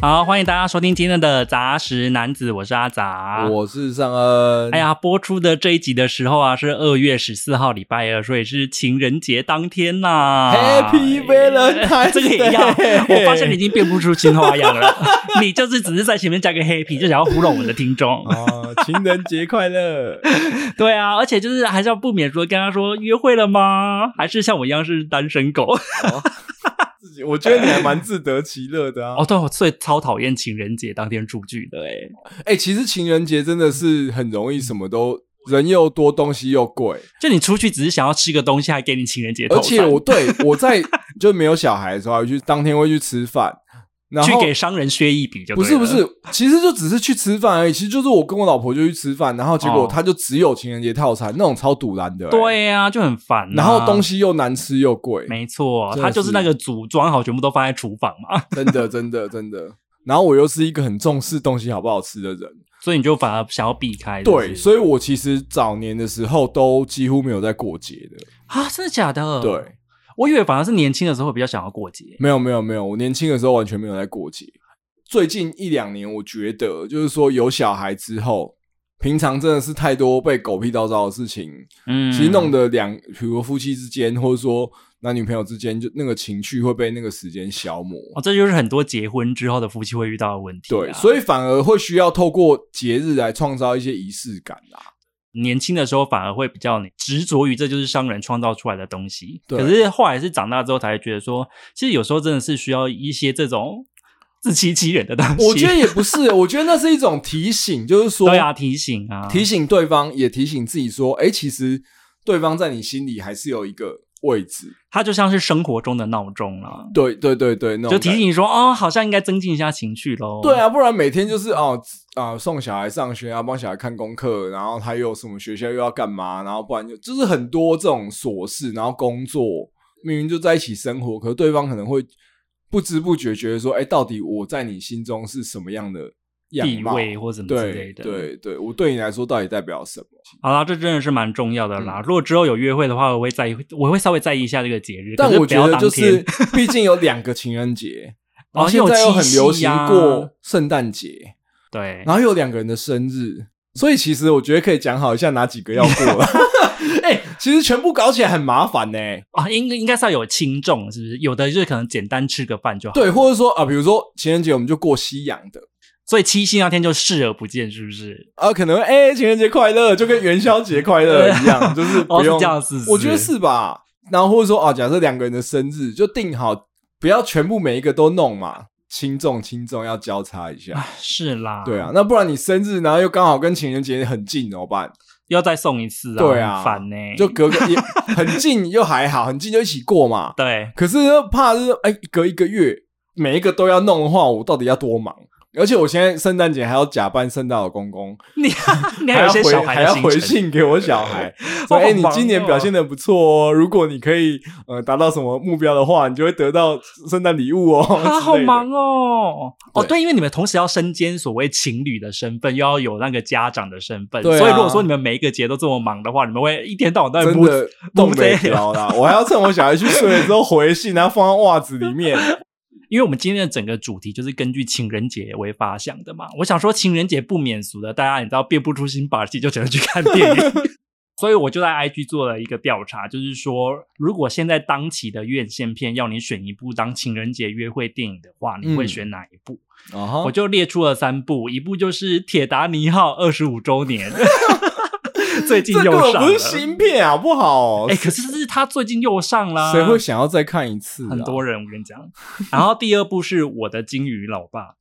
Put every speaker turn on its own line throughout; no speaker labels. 好，欢迎大家收听今天的杂食男子，我是阿杂。
我是尚恩。
啊哎，呀，播出的这一集的时候啊，是二月十四号，礼拜二，所以是情人节当天呐、
Happy Valentine's
这个也要，
Day
我发现你已经变不出新花样了， 你就是只是在前面加个 Happy，就想要糊弄我们的听 众。
哦，情人节快乐！
对啊，而且就是还是要不免说跟他说约会了吗？还是像我一样是单身狗？
自己我觉得你还蛮自得其乐的啊。
哦，对，我最超讨厌情人节当天出去的哎、
哎、其实情人节真的是很容易，什么都人又多，东西又贵，
就你出去只是想要吃个东西，还给你情人节套
而
餐，
且我对 我在就没有小孩的时候，还会去当天会去吃饭，然
去
后
给商人削一笔就
不
对
是不
了
是，其实就只是去吃饭而已，其实就是我跟我老婆就去吃饭，然后结
哦
果她就只有情人节套餐，那种超堵然的、欸。。
对呀、就很烦、
然后东
西。
西又难吃又贵，
没错，
真的
他就是
是
那个组装好，全部都放在厨房嘛，
真的真的真的。然后我又是一个很重视东西好不好吃的人，
所以你就反而想要避开。是不是
对，所以我其实早年的时候都几乎没有在过节的。
啊，真的假的？
对，，
我以为反而是年轻的时候比较想要过节。
没有没有没有，我年轻的时候完全没有在过节。最近一两年，我觉得就是说有小孩之后，平常真的是太多被狗屁叨叨的事情，
嗯，
其实弄得两，比如说夫妻之间，或者说男女朋友之间，就那个情绪会被那个时间消磨。
哦，这就是很多结婚之后的夫妻会遇到的问题、啊。
对，所以反而会需要透过节日来创造一些仪式感啊啦。
年轻的时候反而会比较执着于这就是商人创造出来的东西，
对
可是后来是长大之后才会觉得说，其实有时候真的是需要一些这种自欺欺人的东西。
我觉得也不是，我觉得那是一种提醒，就是说，
啊对啊，提醒啊，
提醒对方，也提醒自己说，哎、其实对方在你心里还是有一个位置。
它就像是生活中的闹钟啦，
对对对对，那种
就提
感
醒
觉。
你哦说，哦，好像应该增进一下情绪喽。
对啊，不然每天就是哦啊、送小孩上学啊，帮小孩看功课，然后他又什么学校又要干嘛，然后不然就就是很多这种琐事，然后工作明明就在一起生活，可是对方可能会不知不觉觉得说，哎、到底我在你心中是什么样的样
地
貌？
位或什么之类
对
的。，
对对，我对你来说到底代表什么？
好啦，这真的是蛮重要的
嗯
啦。如果之后有约会的话，我会在意，我会稍微在意一下这个节日。
但
可
我
不
觉
要
得
当
就
天
是， 毕竟有两个情人节，
哦
然后现在又很流
因为有七夕
行
啊
过圣诞节，
对，
然后又有两个人的生日，所以其实我觉得可以讲好一下哪几个要过了。 哎、其实全部搞起来很麻烦呢、
啊，应应该是要有轻重，是不是？有的就是可能简单吃个饭就好。
对，或者说啊，比如说情人节我们就过西洋的，
所以七夕那天就视而不见，是不是？
啊，可能哎、情人节快乐，就跟元宵节快乐一样，就是
哦
不
是
用
这样子是不是
我觉得是吧？然后或者说啊，假设两个人的生日就定好，不要全部每一个都弄嘛，轻重轻重要交叉一下。
啊，是啦，
对啊，，那不然你生日，然后又刚好跟情人节很近，怎么办？
要再送一次啊，
对啊，
很烦呢、
就隔个也很近又还好，很近就一起过嘛。
对，
可是呢怕是哎、隔一个月每一个都要弄的话，我到底要多忙？而且我现在圣诞节还要假扮圣诞老公公，
你你还有
要
一些
回
小孩
还
的
要
行
回
程
信给我小孩，
好
说哎、
忙
你今年
哦
表现的不错哦，如果你可以呃达到什么目标的话，你就会得到圣诞礼物哦。
啊，
之
好
类的
忙哦！哦，
对
对，因为你们同时要身兼所谓情侣的身份，又要有那个家长的身份，
对啊
所以如果说你们每一个节都这么忙的话，你们会一天到晚都在
真
摸
的动没调啦！我还要趁我小孩去睡了之后回信，然后放到袜子 里面。
因为我们今天的整个主题就是根据情人节为发想的嘛。我想说情人节不免俗的，大家你知道变不出新把戏，就只能去看 电影。所以我就在 IG 做了一个调查，就是说，如果现在当期的院线片要你选一部当情人节约会电影的话，你会
嗯
选哪一部？
啊哈
我就列出了三部，一部就是《铁达尼号》二十五周 年，最近
这
又
根本
上
不
了
是。芯片啊好不好？
哎、可是这是他最近又上啦，
谁会想要再看一次、啊？
很多人，我跟你讲。然后第二部是我的金鱼老爸，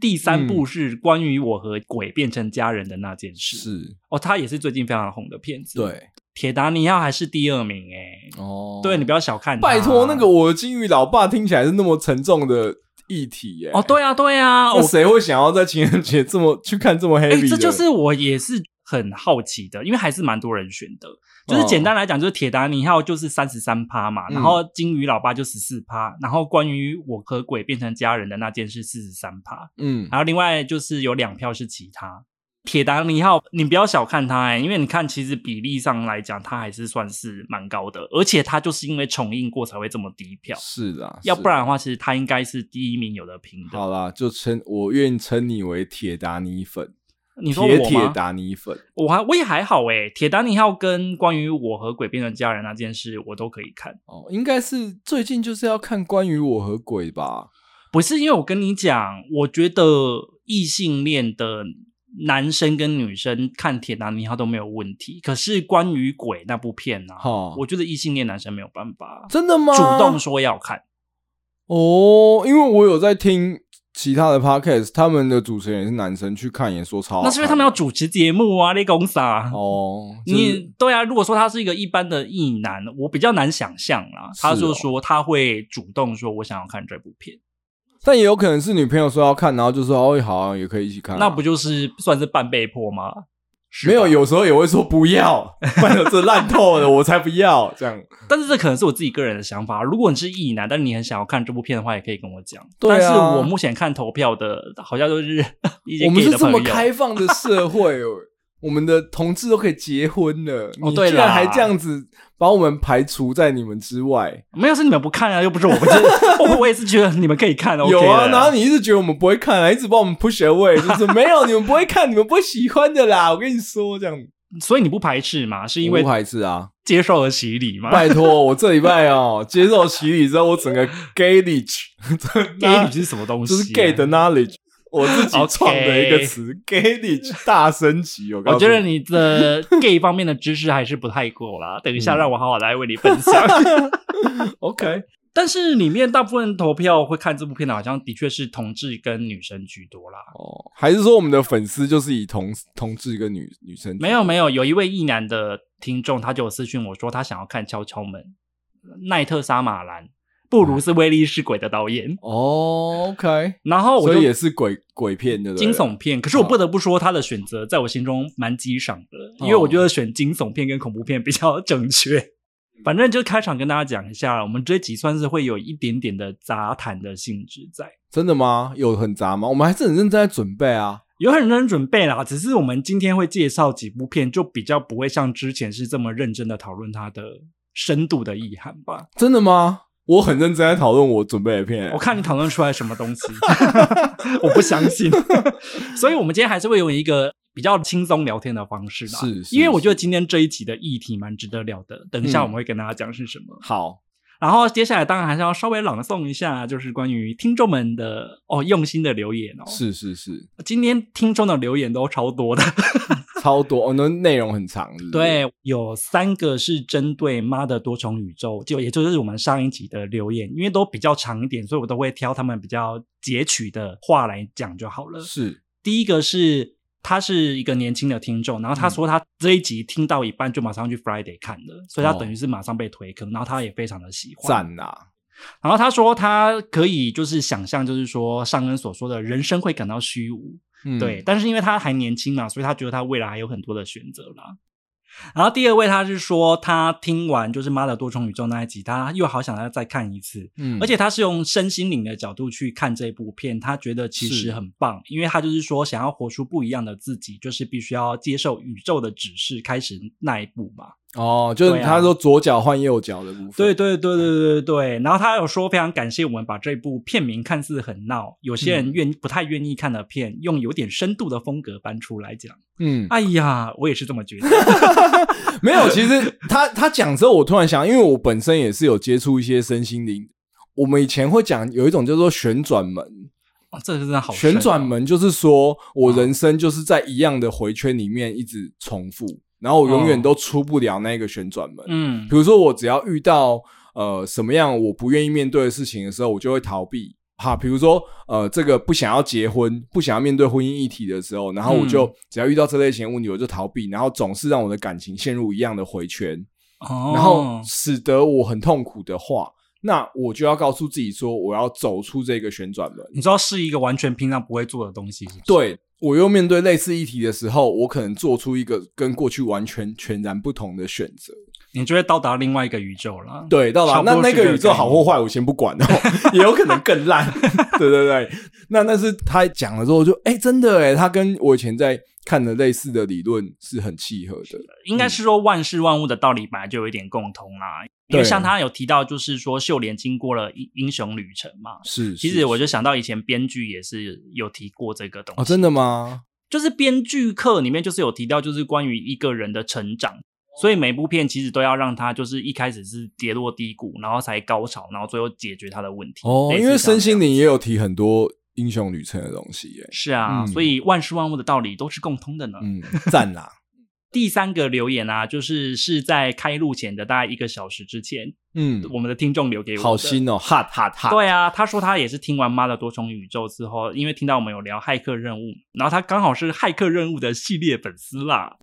第三部是关于我和鬼变成家人的那件事。
嗯是，
哦，他也是最近非常红的片子。，《
对
铁达尼号》还是第二名哎、
哦
对你不要小看它，
拜托，那个我的金鱼老爸听起来是那么沉重的议题耶、
哦，，对啊，对啊，
那
我
谁会想要在情人节这么 去看这么 heavy
哎、
的？
这就是我也是很好奇的，因为还是蛮多人选的。就是简单来讲，就是铁达尼号就是三十三趴嘛，
哦嗯
然后金鱼老爸就十四趴，然后关于我和鬼变成家人的那件事四十三趴，
嗯，
还有另外就是有两票是其他。铁达尼号，你不要小看它、欸，因为你看，其实比例上来讲，它还是算是蛮高的，而且它就是因为重映过才会这么低票，
是啦，
要
是
不然的话，其实它应该是第一名有的评的。
好啦，就称我愿称你为铁达尼粉，
你说
铁
我
铁
吗？
达尼粉。
我还我也还好诶、铁达尼号跟关于我和鬼变成家人那件事，我都可以看。
哦，应该是最近就是要看关于我和鬼吧。
不是因为我跟你讲，我觉得异性恋的男生跟女生看《铁达尼号》都没有问题，可是关于鬼那部片呢、啊，
哈，
我觉得异性恋男生没有办法
哦真的吗？
主动说要看。
哦，因为我有在听其他的 podcast，他们的主持人也是男生，去看也说超好看。
那是因为他们要主持节目啊，你公啥？
哦，就是
你对啊，如果说他是一个一般的异男，我比较难想象啦。
是哦
他就说他会主动说，我想要看这部片，
但也有可能是女朋友说要看，然后就说哦好啊，也可以一起看啊、
那不就是算是半被迫吗？是吧
没有，有时候也会说不要， 不然这烂透了，我才不要这样。
但是这可能是我自己个人的想法。如果你是异男，但是你很想要看这部片的话，也可以跟我讲。
对啊
但是我目前看投票的，好像都是 一些
我们
gay
是
的
这
朋友
么开放的社会哦，我们的同志都可以结婚了，
哦
你
对
居然
啦
还这样子把我们排除在你们之外。
没有是你们不看啊，又不是我们 这，我我也是觉得你们可以看。OK
有啊，
的
然后你一直觉得我们不会看啊，一直把我们 push away，就是没有你们不会看，你们不会喜欢的啦。 我跟你说，这样
所以你不排斥嘛？是因为
我不排斥啊，
接受了洗礼嘛？
拜托，我这礼拜哦接受洗礼之后，我整个 gay l e a g
gay 你是什么东西、
啊
啊
就是 gay 的。knowledge，我自己
OK
创的一个词 gay l e a g 大升级。我告
我
诉
觉得你的 gay 方面的知识还是不太够 啦，等一下
嗯
让我好好来为你分享。
OK，
但是里面大部分投票会看这部片的，好像的确是同志跟女生居多啦。
哦，还是说我们的粉丝就是以同同志跟女女生
没有没有，有一位异男的听众，他就有私讯我说他想要看《敲敲门》，奈特·沙马兰、布
哎
鲁斯·威利是鬼的导演，
哦，OK，
然后我
所
就
以也是鬼鬼片的
惊悚片。可是我不得不说，他的选择在我心中蛮激赏的，因为我觉得选惊悚片跟恐怖片比较正确。反正就开场跟大家讲一下，我们这一集算是会有一点点的杂谈的性质在，
真的吗？有很杂吗？我们还是很认真在准备啊。
有很认真准备啦。只是我们今天会介绍几部片，就比较不会像之前是这么认真的讨论它的深度的意涵吧。
真的吗？我很认真在讨论我准备的 片
我。看你讨论出来什么东 西，我不相信。所以，我们今天还是会用一个比较轻松聊天的方式啦。
是是
因为我觉得
是
今天这一集的议题蛮值得聊的。等一下
嗯
我们会跟大家讲是什么。
好，
然后接下来当然还是要稍微朗诵一下，就是关于听众们的哦用心的留言哦。
是是是，
今天听众的留言都超多 的，
超多哦，那内容很长是不是，
对，有三个是针对《妈的多重宇宙》，就也就是我们上一集的留言，因为都比较长一点，所以我都会挑他们比较截取的话来讲就好了。
是
第一个是他是一个年轻的听众，然后
嗯
他说他这一集听到一半就马上去 Friday 看了，所以他
哦
等于是马上被推坑，然后他也非常的喜欢。
赞啊啦。
然后他说他可以就是想象，就是说上恩所说的人生会感到虚无，
嗯
对，，但是因为他还年轻嘛，所以他觉得他未来还有很多的选择啦。然后第二位他是说他听完就是《妈的多重宇宙》那一集，他又好想要再看一次，
嗯
而且他是用身心灵的角度去看这部片，他觉得其实
是
很棒，因为他就是说想要活出不一样的自己，就是必须要接受宇宙的指示，开始那一步嘛。
哦，就是
对啊
他说左脚换右脚的部分，
对对对对对对对。然后他有说非常感谢我们把这部片名看似很闹，有些人愿不太愿意看的片，用有点深度的风格搬出来讲。
嗯，
哎呀，我也是这么觉得。
没有。其实他他讲之后，我突然想，因为我本身也是有接触一些身心灵，我们以前会讲有一种叫做旋转门，
哦、这个真的好深
旋转门就是说我人生就是在一样的回圈里面一直重复，然后我永远
哦
都出不了那个旋转门。
嗯
比如说，我只要遇到呃什么样我不愿意面对的事情的时候，我就会逃避。哈，比如说呃，这个不想要结婚、不想要面对婚姻议题的时候，然后我
嗯
就、只要遇到这类型的问题，我就逃避，然后总是让我的感情陷入一样的回圈，
哦，
然后使得我很痛苦的话，那我就要告诉自己说，我要走出这个旋转门。
你知道是一个完全平常不会做的东西是不是，
对我又面对类似议题的时候，我可能做出一个跟过去完全全然不同的选择。
你就会到达另外一个宇宙了。
对，到
差
了
不
那
多
那
是
个
这
宇
个
宙
概
好
念
或坏，我先不管哦，也有可能更 烂。对对对，那但是他讲了之后就，哎，真的哎，他跟我以前在看了类似的理论是很契合的。
应该是
嗯
说万事万物的道理本来就有一点共通啦。因为像他有提到，就是说秀莲经过了英英雄旅程嘛。
是，
其
是
实我就想到以前编剧也是有提过这个东西，
哦，真的吗？
就是编剧课里面就是有提到，就是关于一个人的成长。所以每部片其实都要让他就是一开始是跌落低谷，然后才高潮，然后最后解决他的问题。
哦，
类似
因
像
为身
这样
心灵也有提很多英雄旅程的东西 耶。
是啊，
嗯
所以万事万物的道理都是共通的呢。
嗯，赞啦。
第三个留言啊，就是是在开录前的大概一个小时之前，
嗯，
我们的听众留给我的
好心哦，hot hot hot。
对啊，他说他也是听完《妈的多重宇宙》之后，因为听到我们有聊骇客任务，然后他刚好是骇客任务的系列粉丝啦。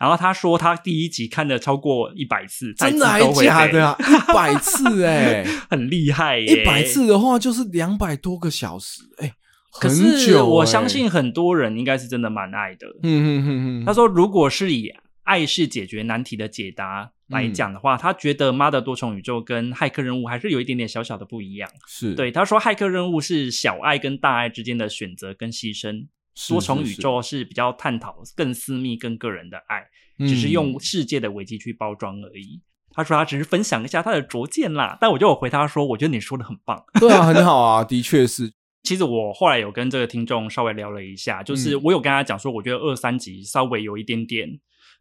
然后他说他第一集看了超过一百次，
真的
台
还
词都会背
假的？啊？一百 次哎、
很厉害耶！
一百次的话就是两百多个小时哎、
可
很久
是我
哎
相信很多人应该是真的蛮爱的。
嗯嗯嗯嗯，
他说，如果是以爱是解决难题的解答来
嗯
讲的话，他觉得《妈的多重宇宙》跟《骇客任务》还是有一点点小小的不一样。
是
对，他说，《骇客任务》是小爱跟大爱之间的选择跟牺牲，
是
多重
是
宇
是
宙是比较探讨更私密、更个人的爱，
嗯
只是用世界的危机去包装而已。他说他只是分享一下他的拙见啦，但我就有回他说，我觉得你说的很棒。
嗯对啊，很好啊，的确是，
其实我后来有跟这个听众稍微聊了一下，就是我有跟他讲说，我觉得二三集稍微有一点点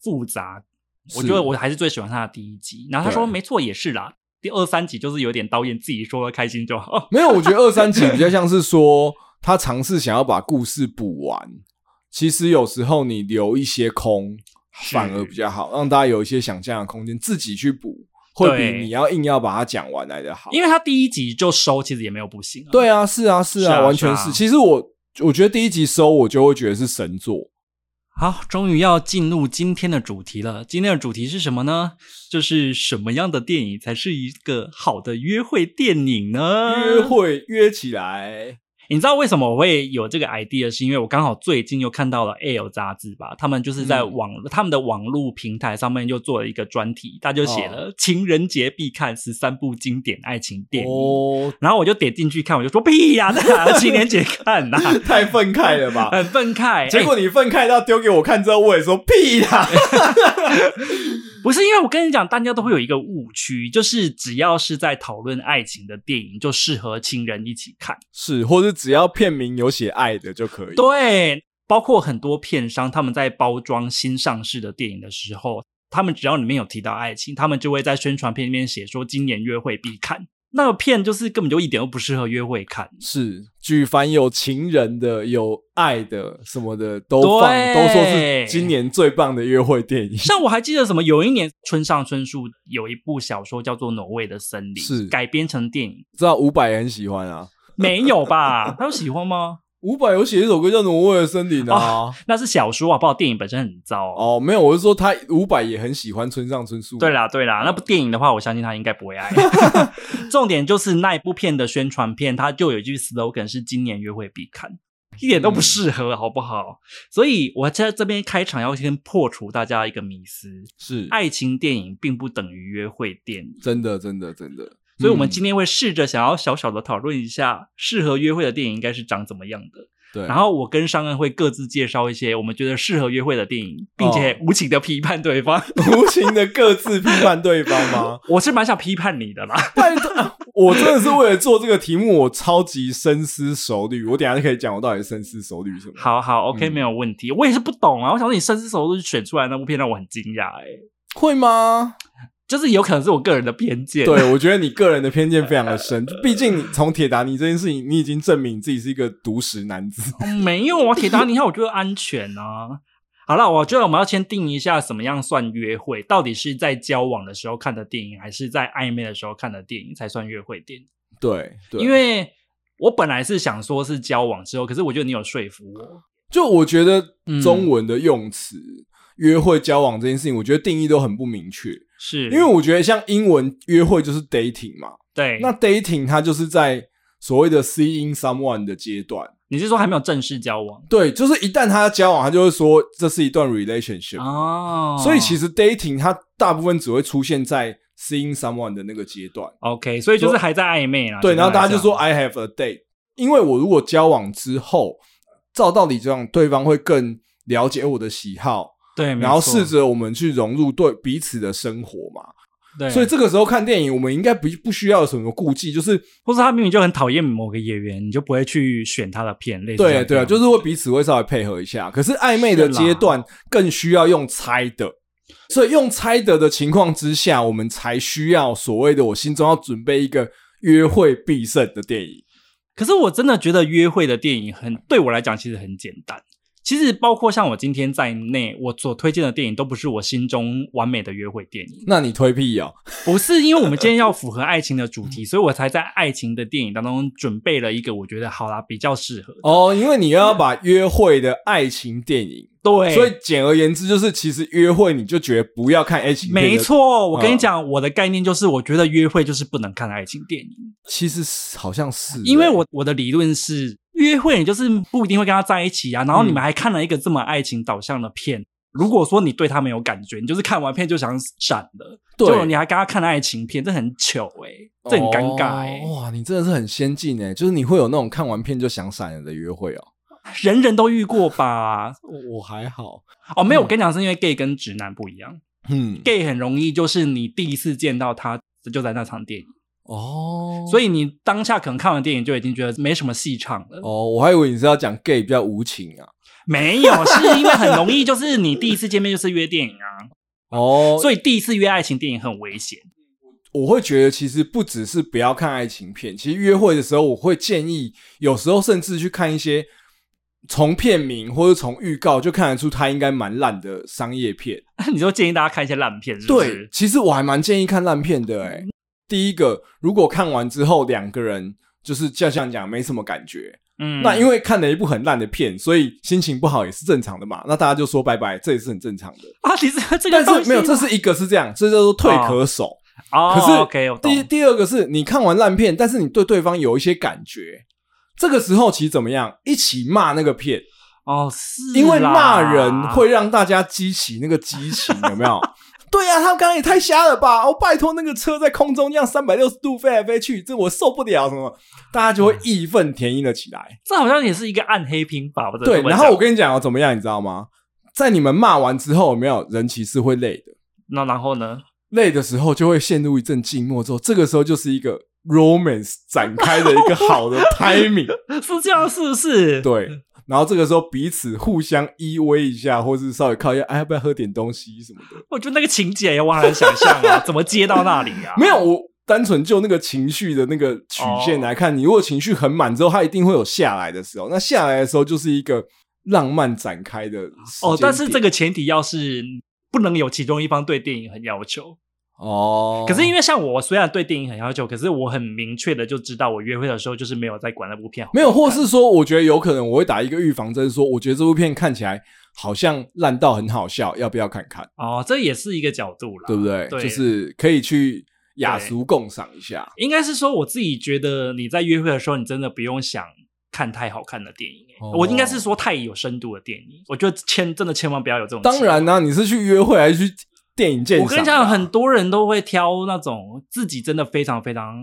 复杂，我
是
觉得我还是最喜欢他的第一集。然后他说
对
没错，也是啦。第二三集就是有点导演自己说的开心就好，
没有，我觉得二三集比较像是说他尝试想要把故事补完，其实有时候你留一些空反而比较好，让大家有一些想象的空间，自己去补，会比
对
你要硬要把它讲完来的好。
因为他第一集就收，其实也没有不行、啊。
对啊，是啊，是
是
啊，
啊
完全
是
是。
啊
其实我我觉得第一集收我就会觉得是神作，
好，终于要进入今天的主题了。今天的主题是什么呢？就是什么样的电影才是一个好的约会电影呢？
约，会约起来，
你知道为什么我会有这个 idea？是因为我刚好最近又看到了《L》杂志吧，他们就是在
嗯
网、他们的网络平台上面又做了一个专题，他就
哦
写了情人节必看十三部经典爱情电影。
哦，
然后我就点进去看，我就说屁呀、在哪有情人节看 呐、
太愤慨了吧？
很愤慨。
结
哎
果你愤慨到丢给我看之后，我也说屁啦！
不是因为我跟你讲，大家都会有一个误区，就是只要是在讨论爱情的电影，就适合情人一起看。
是，或是只要片名有写爱的就可以。
对，包括很多片商他们在包装新上市的电影的时候，他们只要里面有提到爱情，他们就会在宣传片里面写说今年约会必看。那个片就是根本就一点都不适合约会看，
是，举凡有情人的、有爱的什么的，都放，
对
都说是今年最棒的约会电影。
像我还记得什么，有一年村上春树有一部小说叫做《挪威的森林》，
是
改编成电影，
知道伍佰也很喜欢啊，
没有吧？ 他有喜欢吗？
伍佰有写一首歌叫《挪威的森林》啊。
那是小说好不好？电影本身很糟哦
哦，没有，我是说他伍佰也很喜欢村上春树。
对，啦，对啦，那部电影的话，我相信他应该不会 爱。重点就是那一部片的宣传片，它就有一句 slogan 是“今年约会必看”，一点都
嗯
不适合，好不好？所以我在这边开场要先破除大家一个迷思：
是
爱情电影并不等于约会电影。
真的，真的，真的。
所以，我们
嗯
今天会试着想要小小的讨论一下，适合约会的电影应该是长怎么样的。
对，
然后，我跟商恩会各自介绍一些我们觉得适合约会的电影，并且
哦
无情的批判对方。
无情的各自批判对方吗？
我是蛮想批判你的啦。
拜托，我真的是为了做这个题目，我超级深思熟虑。我等一下就可以讲我到底深思熟虑什么。
好好，OK，、
嗯
没有问题。我也是不懂啊，我想说你深思熟虑选出来那部片让我很惊讶、欸，
会吗？
就是有可能是我个人的偏见。，
对，我觉得你个人的偏见非常的深，毕竟你从铁达尼这件事情，你已经证明你自己是一个毒食男子。
没有啊，铁达尼号我觉得安全啊。好了，我觉得我们要先定一下什么样算约会，到底是在交往的时候看的电影，还是在暧昧的时候看的电影才算约会电影？
对，对，
因为我本来是想说是交往之后，可是我觉得你有说服我。
就我觉得
嗯
中文的用词、约会、交往这件事情，我觉得定义都很不明确。
是
因为我觉得像英文约会就是 dating 嘛，
对，
那 dating 它就是在所谓的 seeing someone 的阶段。
你是说还没有正式交往
对，就是一旦他交往，他就会说这是一段 relationship，、
哦？
所以其实 dating 它大部分只会出现在 seeing someone 的那个阶段。
OK，所以就是还在暧昧啦。
对，
简
然
单
后大家就
来讲
说 I have a date，因为我如果交往之后，照道理这样，对方会更了解我的喜好，
对，没
然后
错
试着我们去融入对彼此的生活嘛。
对，
所以这个时候看电影，我们应该不不需要有什么顾忌，就是
或是他明明就很讨厌某个演员，你就不会去选他的片，类似
对
像这
对啊，
样
就是会彼此会稍微配合一下。可是暧昧的
是啦
阶段更需要用猜的，所以用猜的的情况之下，我们才需要所谓的我心中要准备一个约会必胜的电影。
可是我真的觉得约会的电影很对我来讲其实很简单。其实包括像我今天在内，我所推荐的电影都不是我心中完美的约会电 影，
那你推屁哦，
不是因为我们今天要符合爱情的 主题，所以我才在爱情的电影当中准备了一个我觉得好啦比较适合的。
哦，因为你要把约会的爱情电影，
对，
所以简而言之就是，其实约会你就觉得不要看爱情片的
没，错，我跟
嗯
你讲，我的概念就是我觉得约会就是不能看爱情电影。
其实是好像是欸、
因为我我的理论是，约会你就是不一定会跟他在一起啊，然后
嗯
你们还看了一个这么爱情导向的片。如果说你对他没有感觉，你就是看完片就想闪了，
对
结果你还跟他看爱情片，这很糗哎、这很尴尬哎、
哦哇，你真的是很先进哎，就是你会有那种看完片就想闪了的约会哦。
人人都遇过吧？
我我还好，
哦，没有，
嗯
我跟你讲，是因为 gay 跟直男不一样
嗯，
，gay 很容易就是你第一次见到他就在那场电影，
哦，
所
以
以你当下可能看完电影就已经觉得没什么戏唱了。
哦，我还以为你是要讲 gay 比较无情啊。
没有，是因为很容易就是你第一次见面就是约电影啊。
哦，
所以第一次约爱情电影很危险。
我会觉得其实不只是不要看爱情片，其实约会的时候我会建议，有时候甚至去看一些从片名或者从预告就看得出它应该蛮烂的商业片。
你就建议大家看一些烂片，是不
对
是，？
其实我还蛮建议看烂片的、欸。第一个，如果看完之后两个人就是就像讲没什么感觉，
嗯
那因
为
为看了一部很烂的片，所以心情不好也是正常的嘛。那大家就说拜拜，这也是很正常的。
啊，其实这个
但
东
是
西
没有，这是一个是这样，这叫做退可守。
哦，
可是
OK，我懂
第第二个是你看完烂片，但是你对对方有一些感觉，这个时候其实怎么样？一起骂那个片，
哦，是啦
因为骂人会让大家激起那个激情，有 没有？对呀、啊，他们刚刚也太瞎了吧！哦，拜托，那个车在空中这样三百六十度飞来飞去，这我受不了，什么，大家就会义愤填膺了起来。
这好像也是一个暗黑拼吧？我只能
对，
这么
然
讲
后我跟你讲哦，怎么样，你知道吗？在你们骂完之后，有没有人其实会累的？
那然后呢？
累的时候就会陷入一阵静默，之后这个时候就是一个 romance 展开的一个 好的 timing，
是这样是不是？
对。然后这个时候彼此互相依偎一下，或是稍微靠一下，哎，要不要喝点东西什么的？
我觉得那个情节也我很难想象 啊，怎么接到那里啊？
没有，我单纯就那个情绪的那个曲线来看，你如果情绪很满之后，它一定会有下来的时候。那下来的时候就是一个浪漫展开的时间
哦，但是这
点
个前提要是不能有其中一方对电影很要求。
哦，
可是因
为
为像我虽然对电影很要求，可是我很明确的就知道，我约会的时候就是没有在管那部片好不
没
好
有，
看，
或是说，我觉得有可能我会打一个预防针，说我觉得这部片看起来好像烂到很好笑，要不要看看？
哦，这也是一个角度啦，
对不对？
对，
就是可以去雅俗共赏一下。
应该是说我自己觉得你在约会的时候，你真的不用想看太好看的电影、欸
哦
我应该是说太有深度的电影，我觉得千真的千万不要有这种。
当然。啦、啊你是去约会还是去电影鉴赏？
我跟你讲，很多人都会挑那种自己真的非常非常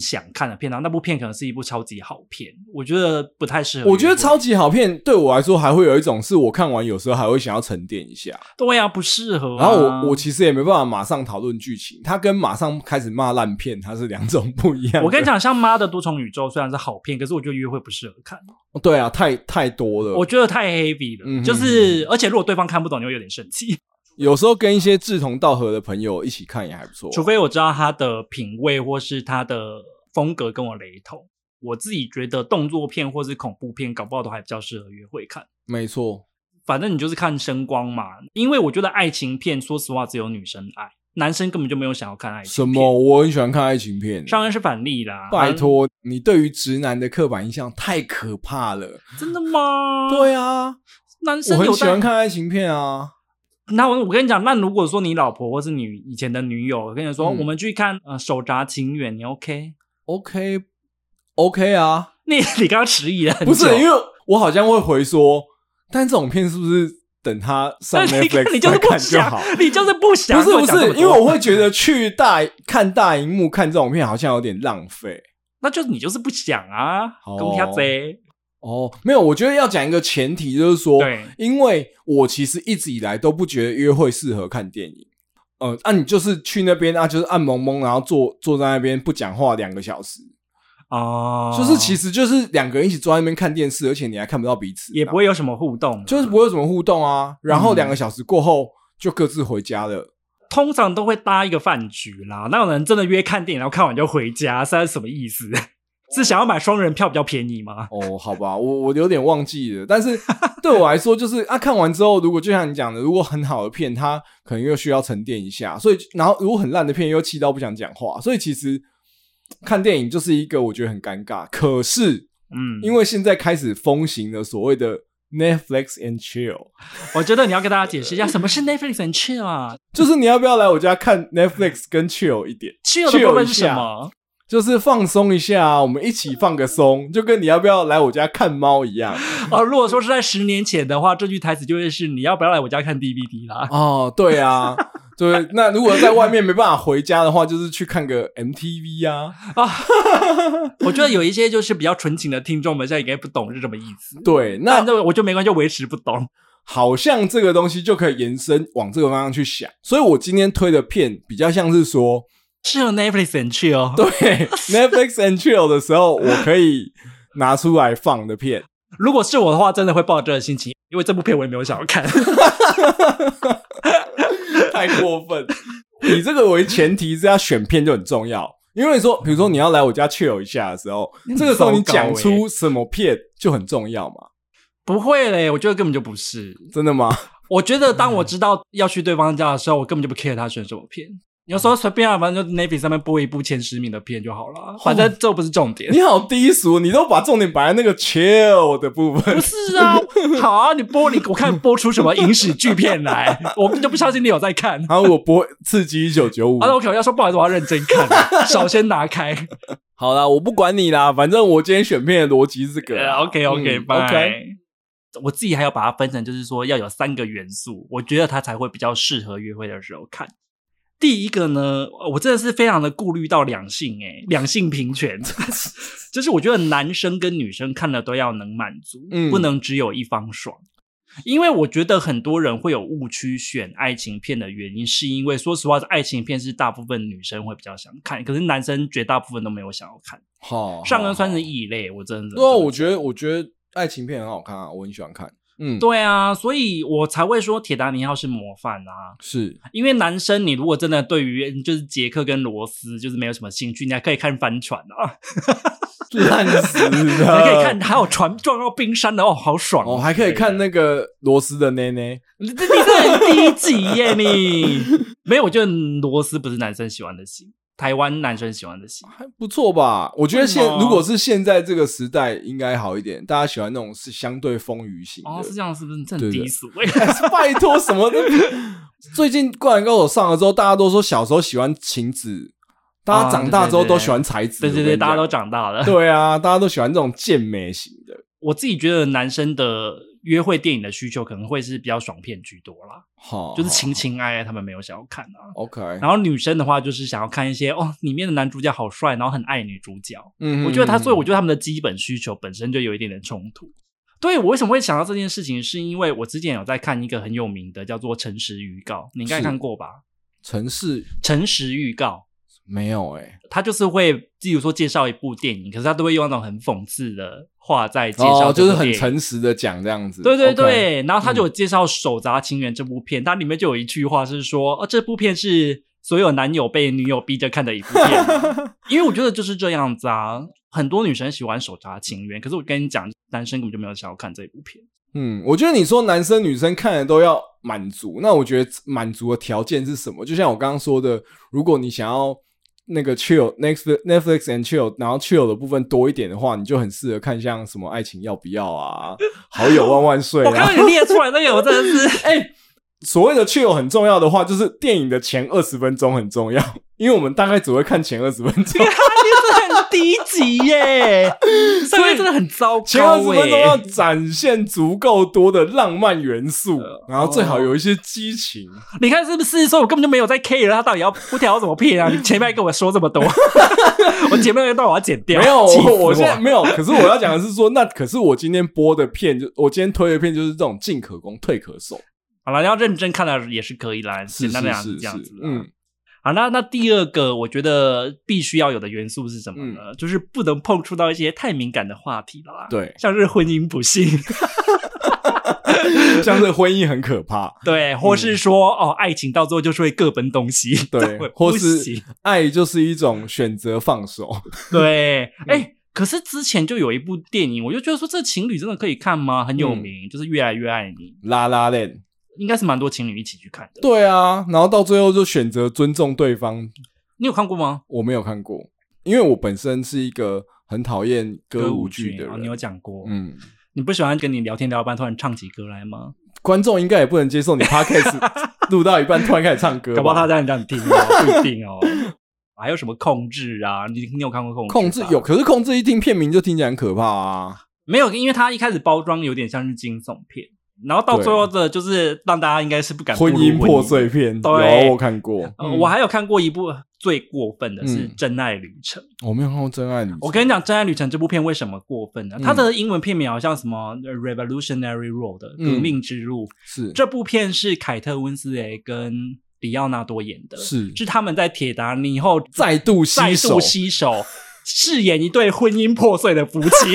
想看的片，然啊后那部片可能是一部超级好片，我觉得不太适合约会。
我觉得超级好片对我来说还会有一种是我看完有时候还会想要沉淀一下，
对呀、不适合啊、
然后我我其实也没办法马上讨论剧情，它跟马上开始骂烂片它是两种不一样的。
我跟你讲，像《妈的多重宇宙》虽然是好片，可是我觉得约会不适合看，
对啊，太太多了。
我觉得太 heavy 了。
嗯
就是，而且如果对方看不懂，你会有点生气。
有时候跟一些志同道合的朋友一起看也还不错。
除非我知道他的品味或是他的风格跟我雷同。我自己觉得动作片或是恐怖片，搞不好都还比较适合约会看。
没错，
反正你就是看声光嘛，因为我觉得爱情片，说实话只有女生爱，男生根本就没有想要看爱
什
情片。
么？我很喜欢看爱情片。
上恩是反例啦，
拜托，你对于直男的刻板印象太可怕了。
啊，真的吗？
对，啊，
男生
我
有
很喜
在
欢看爱情片啊。
那我我跟你讲，那如果说你老婆或是你以前的女友，我跟你说，
嗯
我们去看呃《手札情缘》，你 OK？
OK，OK、啊，
你你刚刚迟疑了很久，
不是因为我好像会回说，但这种片是不是等他上
但你看
Netflix
你就是
再
不
看就
想
好？，
你就是不 想，
不是
跟
不
讲这
是
么，多
因为我会觉得去大看大荧幕看这种片好像有点浪费。
那就是你就是不想啊，
哦
公家贼。
哦，没有，我觉得要讲一个前提，就是说，
对
因为我其实一直以来都不觉得约会适合看电影。呃，啊，你就是去那边啊，就是暗蒙蒙，然后坐坐在那边不讲话两个小时，
哦，
就是其实就是两个人一起坐在那边看电视，而且你还看不到彼此，
也不会有嗯什么互动，
就是不会有什么互动啊。然后两个小时过后就各自回家了。
通常都会搭一个饭局啦。那有人真的约看电影，然后看完就回家，现在是什么意思？ 是想要买双人票比较便宜吗？
哦，好吧，我我有点忘记了，但是 对我来说，就是啊，看完之后，如果就像你讲的，如果很好的片，它可能又需要沉淀一下，所以然后如果很烂的片，又气到不想讲话，所以其实看电影就是一个我觉得很尴尬。可是
嗯，
因为现在开始风行了所谓的 Netflix and chill，
我觉得你要跟大家解释一下什么是 Netflix and chill 啊
就是你要不要来我家看 Netflix 跟 chill 一点，
，chill 的部分是什么？
就是放松一下啊，我们一起放个松，就跟你要不要来我家看猫一样。
哦，如果说是在十年前的话，这句台词就会是你要不要来我家看 DVD 啦？
哦，对啊，对。那如果在外面没办法回家的话，就是去看个 MTV 啊。
我觉得有一些就是比较纯情的听众们现在应该不懂是什么意思。
对，
那
那
那我就没关系，就维持不懂。
好像这个东西就可以延伸往这个方向去想。所以我今天推的片比较像是说，
适合 Netflix and chill。
对 Netflix and chill 的时候，我可以拿出来放的片。
如果是我的话，真的会抱着这个心情，因为这部片我也没有想要 看。
太过分！以这个为前提之下选片就很重要，因为说，比如说你要来我家 chill 一下的时候，这个时候你讲出什么片就很重要嘛？
不会嘞，我觉得根本就不是。
真的吗？
我觉得当我知道要去对方家的时候，我根本就不 care 他选什么片。有时候随便啊，反正就 Netflix 上面播一部前十名的片就好了，反正这不是重点。
你好低俗，你都把重点摆在那个 chill 的部
不
分。
是啊， 好啊，你播你我看播出什么影史巨片来，我根本就不相信你有在 看。
然后我播刺激一九九五
啊，。那我可能要说不好意思，我要认真 看，手先拿开。
好啦，我不管你啦，反正我今天选片的逻辑是这个啦。
OK 啊 OK，
嗯
拜、
OK
我自己还要把它分成，就是说要有三个元素，我觉得它才会比较适合约会的时候看。第一个呢，我真的是非常的顾虑到两性、 诶，两性平权， 就是我觉得男生跟女生看了都要能满足，
嗯
不能只有一方爽。因为我觉得很多人会有误区选爱情片的原因，是因为说实话，爱情片是大部分女生会比较想看，可是男生绝大部分都没有想要看。
好，
上恩算是
一。
异类，我真的。
哦对啊，我觉得我觉得爱情片很好看啊，我很喜欢看。嗯，
对啊，所以我才会说铁达尼号是模范啊。
是
因为男生，你如果真的对于就是杰克跟罗斯就是没有什么兴趣，你还可以看帆船啊，
烂死了。
还可以看还有船撞到冰山的哦，好爽
呃哦，还可以看那个罗斯的内内。
你这你这很低级耶你。没有，我觉得罗斯不是男生喜欢的型，台湾男生喜欢的型。
还不错吧？我觉得现
为什么
如果是现在这个时代，应该好一点。大家喜欢那种是相对风雨型的。
哦，是这样，是不是？这很
对对
低俗欸耶。
拜托什么的？ 最近《灌篮高手》上了之后，大家都说小时候喜欢晴子，大家
啊
长大之后
对对对
都喜欢才子。
啊对对对，大家都
长。
长大了。
对啊，大家都喜欢这种健美型的。
我自己觉得男生的约会电影的需求可能会是比较爽片居多啦。
好，
就是情
好。
情爱爱，他们没有想要看啊。
好 OK，
然后女生的话，就是想要看一些哦，里面的男主角好帅，然后很爱女主角。
嗯
我觉得他，所以我
觉
觉得他们的基本需求本身就有一点点冲突。对我为什么会想到这件事情，是因为我之前有在看一个很有名的叫做《诚实预告》，你应该
是
看过吧？
城市
《诚实预告
没有哎、》
它就是会，例如说介绍一部电影，可是它都会用那种很讽刺的话在介绍
哦，
这
就
部电影、
是很诚实的讲这样子。
对对
OK，嗯
对然后他就有介绍《手札情缘》这部片，它里面就有一句话是说，哦，这部片是所有男友被女友逼着看的一部 片，因为我觉得就是这样子啊，很多女生喜欢《手札情缘》，可是我跟你讲，男生根本就没有想要看这部片。
嗯，我觉得你说男生女生看的都要满足，那我觉得满足的条件是什么？就像我刚刚说的，如果你想要那个 chill Netflix Netflix and chill，然后 chill 的部分多一点的话，你就很适合看像什么爱情要不要啊，好友万万 岁
我刚
啊。
刚你列出来那个，我真的 是，哎、
所谓的 chill 很重要的话，就是电影的前二十分钟很重要，因为我们大概只会看前二十分钟。
很低级 耶，三位真的很糟
前二十
糕
分钟要
耶。
展现足够多的浪漫元素，然后最好有一些激情。
你看是不是？说我根本就没有在 care 他到底要不调怎么骗啊？你前面跟我说这么多， 我前面那段我要剪掉。
没有，
气死
我
我
现在没有。可是我要讲的是说，那可是我今天播的片，就我今天推的片就是这种进可攻退可守，
好了，要认真看了也是可以啦，
是
简单的
是
讲是
是
这样
是
子，啦。
嗯，
好，那那第二个我觉得必须要有的元素是什么呢？就是不能碰触到一些太敏感的话题了啦。，，
嗯对
像是婚姻不 幸，
像是婚姻很可怕，
对，或是说、哦，爱情到最后就是会各奔东西，
嗯对
我，
或
不
是
行
爱就是一种选择放手，
对，
嗯
哎、可是之前就有一部电影，我就觉得说这情侣真的可以看吗？很有
嗯
名，就是《越来越爱你》，
拉拉链。
应该是蛮多情侣一起去看的。
对啊，然后到最后就选择尊重对方。
你有看过吗？
我没有看过，因为我本身是一个很讨厌歌舞剧的
歌舞哦你
人
有。讲过，
嗯，
你不喜欢跟你聊天聊到一半突然唱起歌来吗？
观众应该也不能接受你 podcast 录到一半突然开始唱歌吧，
搞不好他让你让你听哦，不一定 哦。还有什么控制啊？你你有看过控制吧？
控制有，可是控制一听片名就听起来很可怕啊。
没有？因为他一开始包装有点像是惊悚片，然后到
对
最后的就是让大家应该是不敢步
婚
入
姻破碎片，有
对
啊我看过，
呃
嗯
我还有看过一部最过分的是
嗯
《真爱旅程》
我没有看过《真爱旅程》。
我跟你讲，《真爱旅程》这部片为什么过分呢？
嗯
它的英文片名好像什么呃《Revolutionary Road》
嗯
革命之路。
是
这部片是凯特温斯雷跟里奥纳多演的，
是
是他们在铁达尼后
再度
再
吸手
度，携手。饰演一对婚姻破碎的夫 妻，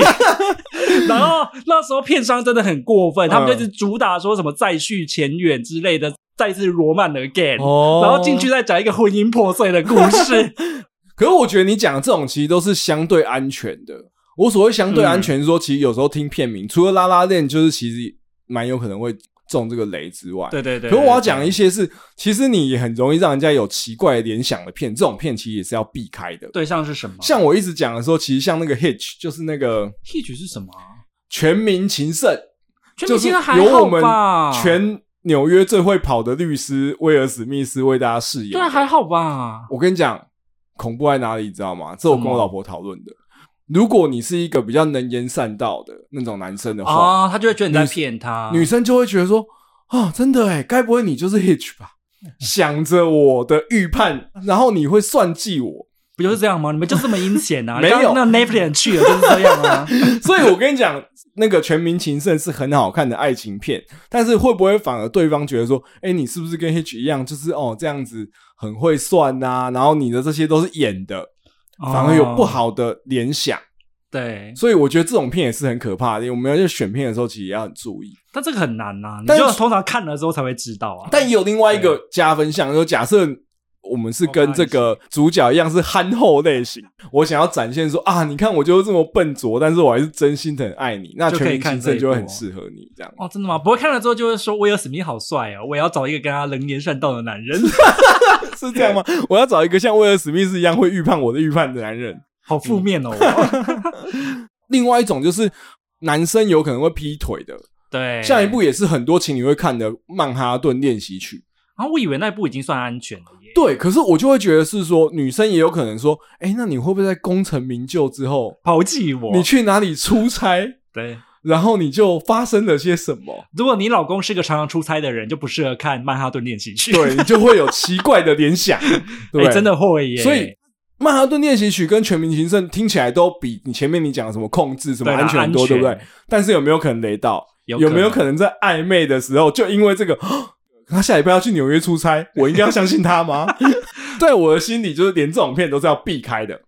然后那时候片商真的很过
嗯
分，他们就是主打说什么再续前缘之类的，再次罗曼 again，、
哦
然后进去再讲一个婚姻破碎的故 事。
可是我觉得你讲的这种其实都是相对安全的。我所谓相对安全是说，其实有时候听片名，除了拉拉链，就是其实蛮有可能会中这个雷之外，
对对对
可我要讲一
些，
些是，其实你也很容易让人家有奇怪的联想的片，这种片其实也是要避开的。
对象是什么？
像我一直讲的时候，其实像那个 Hitch，就是那个
Hitch 是什么啊？
全民情圣，
全
就
明
是
星还
由我
好
们
吧？
全纽约最会跑的律师威尔史密斯为大家饰演。
对啊，还好吧？
我跟你讲，恐怖在哪里，你知道吗？这我跟
什
我
么
老婆讨论的。如果你是一个比较能言善道的那种男生的话，
啊，他就会觉得你在
女
骗他。
女生就会觉得说：“啊，真的哎，该不会你就是 Hitch 吧？”想着我的预判，然后你会算计我，
不就是这样吗？你们就这么阴险啊？
没有
你刚刚那 Netflix 去了就是这样啊。
所以我跟你讲，那个《全民情圣》是很好看的爱情片，但是会不会反而对方觉得说，哎、你是不是跟 Hitch 一样，就是哦这样子很会算呐、然后你的这些都是演的， 反而有不
哦
好的联想。
对，
所以我觉得这种片也是很可怕的。我们要去选片的时候，其实也要很注意。
但这个很难呐、你
但
就是通常看了之后才会知道啊。
但也有另外一个加分项，就是假设我们是
哦
跟这个主角一样是憨厚类型，我想要展现说啊，你看我就是这么笨拙，但是我还是真心的很爱你。那
就
全
可以
民
看
情
这
圣
一
就会
部
很
哦
适合你这样。
哦，真的吗？不会看了之后就会说威尔史密斯好帅哦，我也要找一个跟他能言善道的男 人，
是这样吗？ 我要找一个像威尔史密斯一样会预判我的预判的男人。
好负面哦。
另外一种就是男生有可能会劈腿的，
对，
像一部也是很多情侣会看的《曼哈顿练习曲》。
然后啊我以为那部已经算安全了耶。
对，可是我就会觉得是说，女生也有可能说，哎、那你会不会在功成名就之后，
抛弃我，
你去哪里出差，
对。
然后你就发生了些什么？
如果你老公是个常常出差的人，就不适合看《曼哈顿练习曲》。
对你就会有奇怪的联想，对、
哎哎、真。的会耶。
所以《曼哈顿练习曲》跟《全民情圣》听起来都比你前面你讲的什么控制、什么
对啦
安全多，
安
对
全
不对？但是有没有可能雷到？
有
没有可能在暧昧的时候，就因为这个， 他下礼拜要去纽约出差，我应该要相信他吗？在我的心里，就是连这种片都是要避开的，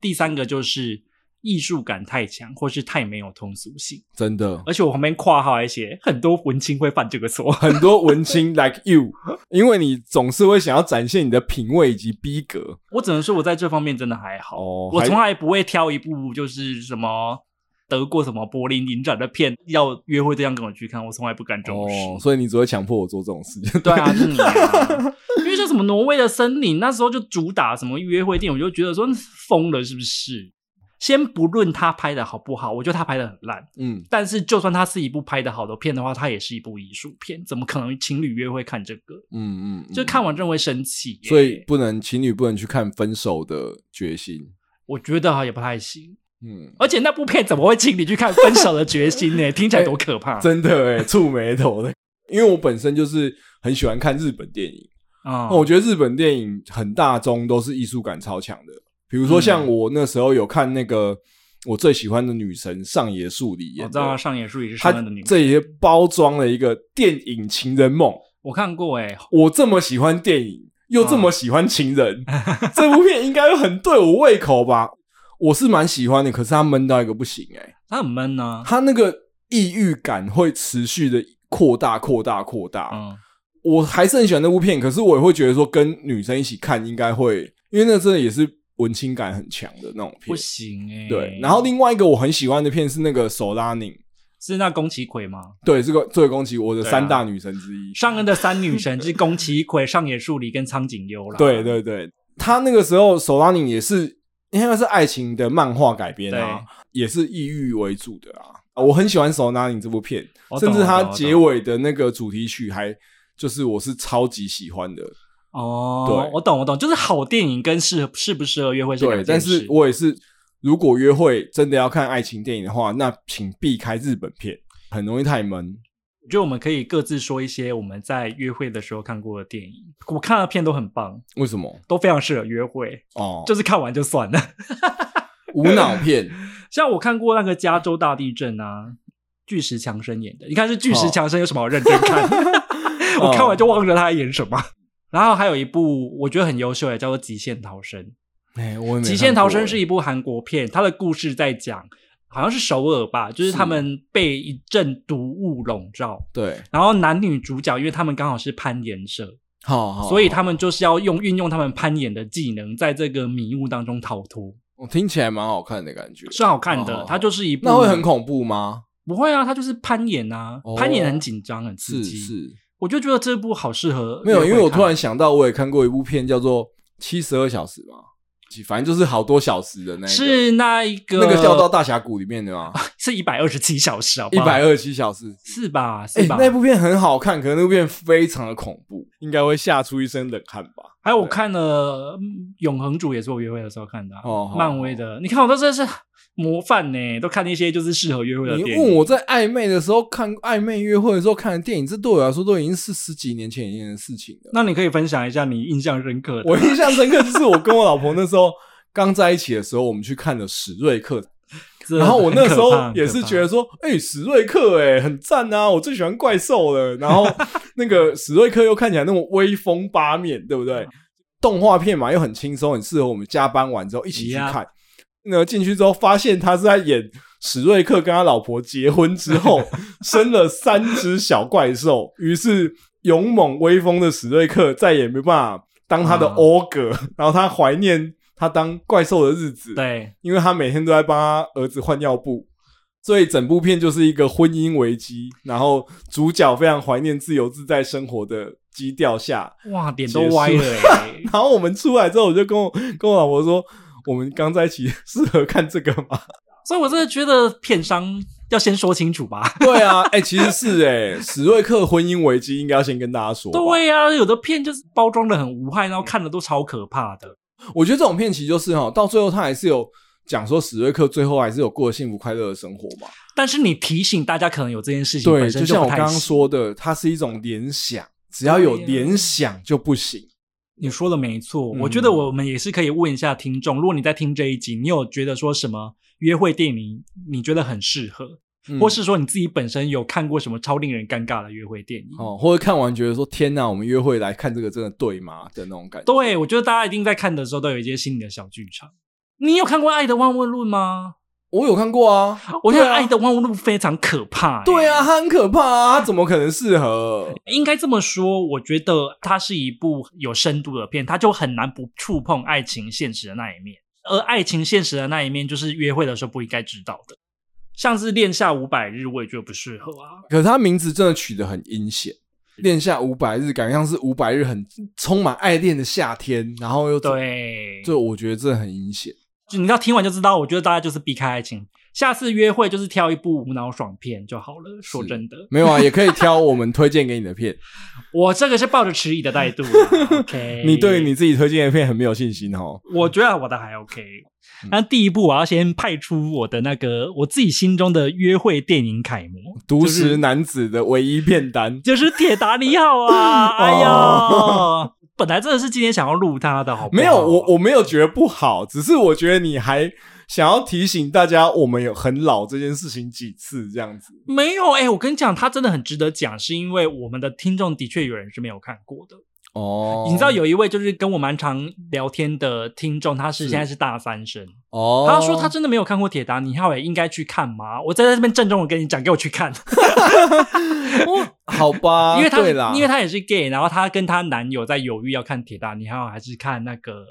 第三个就是艺术感太强，或是太没有通俗性。
真的。
而且我旁边括号还写很多文青会犯这个错。
很多文青 like you，因为你总是会想要展现你的品味以及逼格。
我只能说我在这方面真的还好，
哦
我
还
从来不会挑一部就是什么得过什么柏林影展的片要约会对象跟我去看，我从来不干这种事。
哦所以你只会强迫我做这种事 情。
对 啊，是你啊，因为像什么挪威的森林，那时候就主打什么约会电影，我就觉得说嗯疯了是不是？先不论他拍的好不好，我觉得他拍的很烂。
嗯，
但是，就算它是一部拍的好的片的话，它也是一部艺术片，怎么可能情侣约会看这个？
嗯嗯，嗯
就看完真的会生气耶、
所以不能情侣不能去看《分手的决心》，
我觉得啊也不太行。
嗯，
而且那部片怎么会请你去看《分手的决心》 呢？听起来多可怕！
真的 哎、触眉头的。因为我本身就是很喜欢看日本电影，
啊、
那我觉得日本电影很大宗都是艺术感超强的。比如说
嗯
像我那时候有看那个我最喜欢的女神上野树里
我
演
哦知
的，
道上野树也是
她
上岸的女，
这也包装了一个电影情人梦。
我看过哎、
我这么喜欢电影，又这么喜欢情 人，这部片应该很对我胃口吧？我是蛮喜欢的，可是它闷到一个不行哎、
她很闷啊呢、
它那个抑郁感会持续的扩大、扩大、扩大。
嗯，
我还是很喜欢那部片，可是我也会觉得说跟女生一起看应该会，因为那真的也是文青感很强的那种
不
片。
行哎、
对，然后另外一个我很喜欢的片是那个《手拉拧》，
是那宫崎葵吗？
对，这个这个宫崎我的
对啊
三大女神之一。
上恩的三女神是宫崎葵、上野树里跟苍井优啦。
对对对，他那个时候《手拉拧》也是因为它是爱情的漫画改编啊，也是抑郁为主的啊。啊我很喜欢《手拉拧》这部片，
我哦懂
甚至它结
我懂我懂
尾的那个主题曲还就是我是超级喜欢的。
哦，
对
我懂我懂，就是好电影跟适合适不适合约会是两件
对，但
事
是我也是，如果约会真的要看爱情电影的话，那请避开日本片，很容易太闷。
我觉得我们可以各自说一些我们在约会的时候看过的电影。我看的片都很棒，
为什么？
都非常适合约会，
哦，
就是看完就算了。
无脑片
像我看过那个加州大地震啊，巨石强森演的，你看是巨石
哦
强森有什么好认真看？ 我看完就忘了他在演什么。然后还有一部我觉得很优秀的，叫做《极限逃生》。
哎、我也没
《极限逃生
看》过
是一部韩国片，它的故事在讲，好像是首尔吧，就是
是
他们被一阵毒雾笼罩，
对，
然后男女主角因为他们刚好是攀岩社，
好好，
所以
好
他们就是要用运用他们攀岩的技能，在这个迷雾当中逃脱，
我听起来蛮好看的感觉，
是好看
好好
的。
好
它就是一部
哦那会很恐怖吗？
不会啊，它就是攀岩啊，
哦
攀岩很紧张，很刺
是
激。
是，
我就觉得这部好适合
没有，因为
约
我
会看
突然想到，我也看过一部片叫做《七十二小时》嘛，反正就是好多小时的那一个
是那一个
那个掉到大峡谷里面的嘛，
是一百二十七小时，好
一
不好？
百二十七小时，
是吧？是
哎、
吧？
那部片很好看，可是那部片非常的恐怖，应该会吓出一身冷汗吧？
还有我看了嗯《永恒主》，也是我约会的时候看的啊、
哦好
漫威的。你看我都真的是模范呢，都看那些就是适合约会的
你
电
问
影。
我在暧昧的时候看暧昧约会的时候看的电影，这对我来说都已经是十几年前以前的事情 了。
那你可以分享一下你印象深刻的
我印象深刻就是我跟我老婆那时候刚在一起的时候，我们去看了史瑞克，
这
然后我那时候
很可怕
也是觉得，说，哎、史瑞克、哎，很赞啊，我最喜欢怪兽了。然 后那个史瑞克又看起来那么威风八面，对 不对？动画片嘛，又很轻松，很适合我们加班完之后一起去
Yeah
看。那进去之后，发现他是在演史瑞克跟他老婆结婚之 后生了三只小怪兽，于是勇猛威风的史瑞克再也没办法当他的
啊
欧格，然后他怀念他当怪兽的日子。
很可怕对，
因为他每天都在帮他儿子换尿布，所以整部片就是一个婚姻危机。然后主角非常怀念自由自在生活的基调下，
哇，脸
结
都
束。
歪了哎
然后我们出来之后，我就跟我跟我老婆说，我们刚在一起 适合看这个吗？
所以我真的觉得片商要先说清楚吧。
对啊，哎、其实是哎、史瑞克婚姻危机应该要先跟大家说。，
对呀、啊，有的片就是包装的很无害，然后看的都超可怕的。
我觉得这种片其实就是哈，到最后他还是有讲说史瑞克最后还是有过幸福快乐的生活嘛。
但是你提醒大家可能有这件事情，
对，
本身
就像
不
我
太
刚刚
行，
说的，它是一种联想，只要有
对呀啊
联想就不行。
你说的没错，
嗯
我觉得我们也是可以问一下听众，如果你在听这一集，你有觉得说什么约会电影你觉得很适合，
嗯
或是说你自己本身有看过什么超令人尴尬的约会电影？
哦，或者看完觉得说天哪，我们约会来看这个真的对吗的那种感觉。
对，我觉得大家一定在看的时候都有一些心理的小剧场。你有看过《爱的万物论》吗？
我有看过啊，
我觉得《
对啊
爱的万物论》非常可怕、欸
对啊，他很可怕啊，他怎么可能适合？
应该这么说，我觉得它是一部有深度的片，它就很难不触碰爱情现实的那一面，而爱情现实的那一面就是约会的时候不应该知道的，像是《恋下五百日》，我也觉得不适合啊。
可是他名字真的取得很阴险，《恋下五百日》感觉像是五百日很充满爱恋的夏天，然后又怎，
对，
就我觉得这很阴险。
就你要听完就知道，我觉得大家就是避开爱情。下次约会就是挑一部无脑爽片就好了。说真的，
没有啊， 也可以挑我们推荐给你 的片。
我这个是抱着迟疑的态 度啦。OK，
你对你自己推荐的片很没有信心哦。
我觉得我的还 OK。那
嗯
第一步，我要先派出我的那个我自己心中的约会电影楷模，
独食男子的唯一片单，
就是《铁达尼号》 啊！
哦
哎呀，本来真的是今天想要录他的，好不好
没有我我没有觉得不好，只是我觉得你还想要提醒大家，我们有很老这件事情几次这样子。
没有哎、我跟你讲，他真的很值得讲，是因为我们的听众的确有人是没有看过的。
哦
你知道有一位就是跟我蛮常聊天的听众，他是
是
现在是大三生，
哦，
他说他真的没有看过《铁达尼号》，哎，应该去看吗？我在这边郑重的跟你讲，给我去看，
好吧，
因为他
啊对啦，
因为他也是 gay，然后他跟他男友在犹豫要看《铁达尼号》还是看那个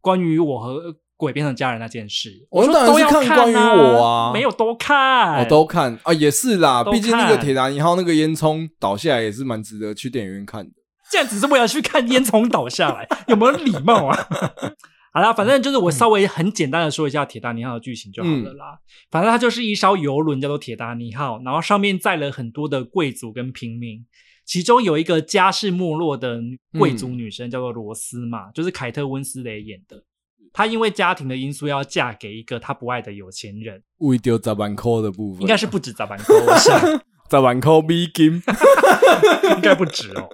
关于我和鬼变成家人那件事。
我
说
当然
都
是
要
看关于我啊
没有都看，
我都看啊，也是啦，
都
毕竟那个
看
铁达尼号那个烟囱倒下来也是蛮值得去电影院看的。
这样只是为了去看烟囱倒下来，有没有礼貌啊？好啦，反正就是我稍微很简单的说一下《铁达尼号》的剧情就好了啦。反正它就是一艘游轮，叫做铁达尼号，然后上面载了很多的贵族跟平民，其中有一个家世没落的女贵族女生，叫做罗斯嘛，就是凯特温斯雷演的。她因为家庭的因素要嫁给一个她不爱的有钱人，
为丢砸板扣的部分，
应该是不止咋办哥，我想。
砸板扣 B game。
应该不止哦。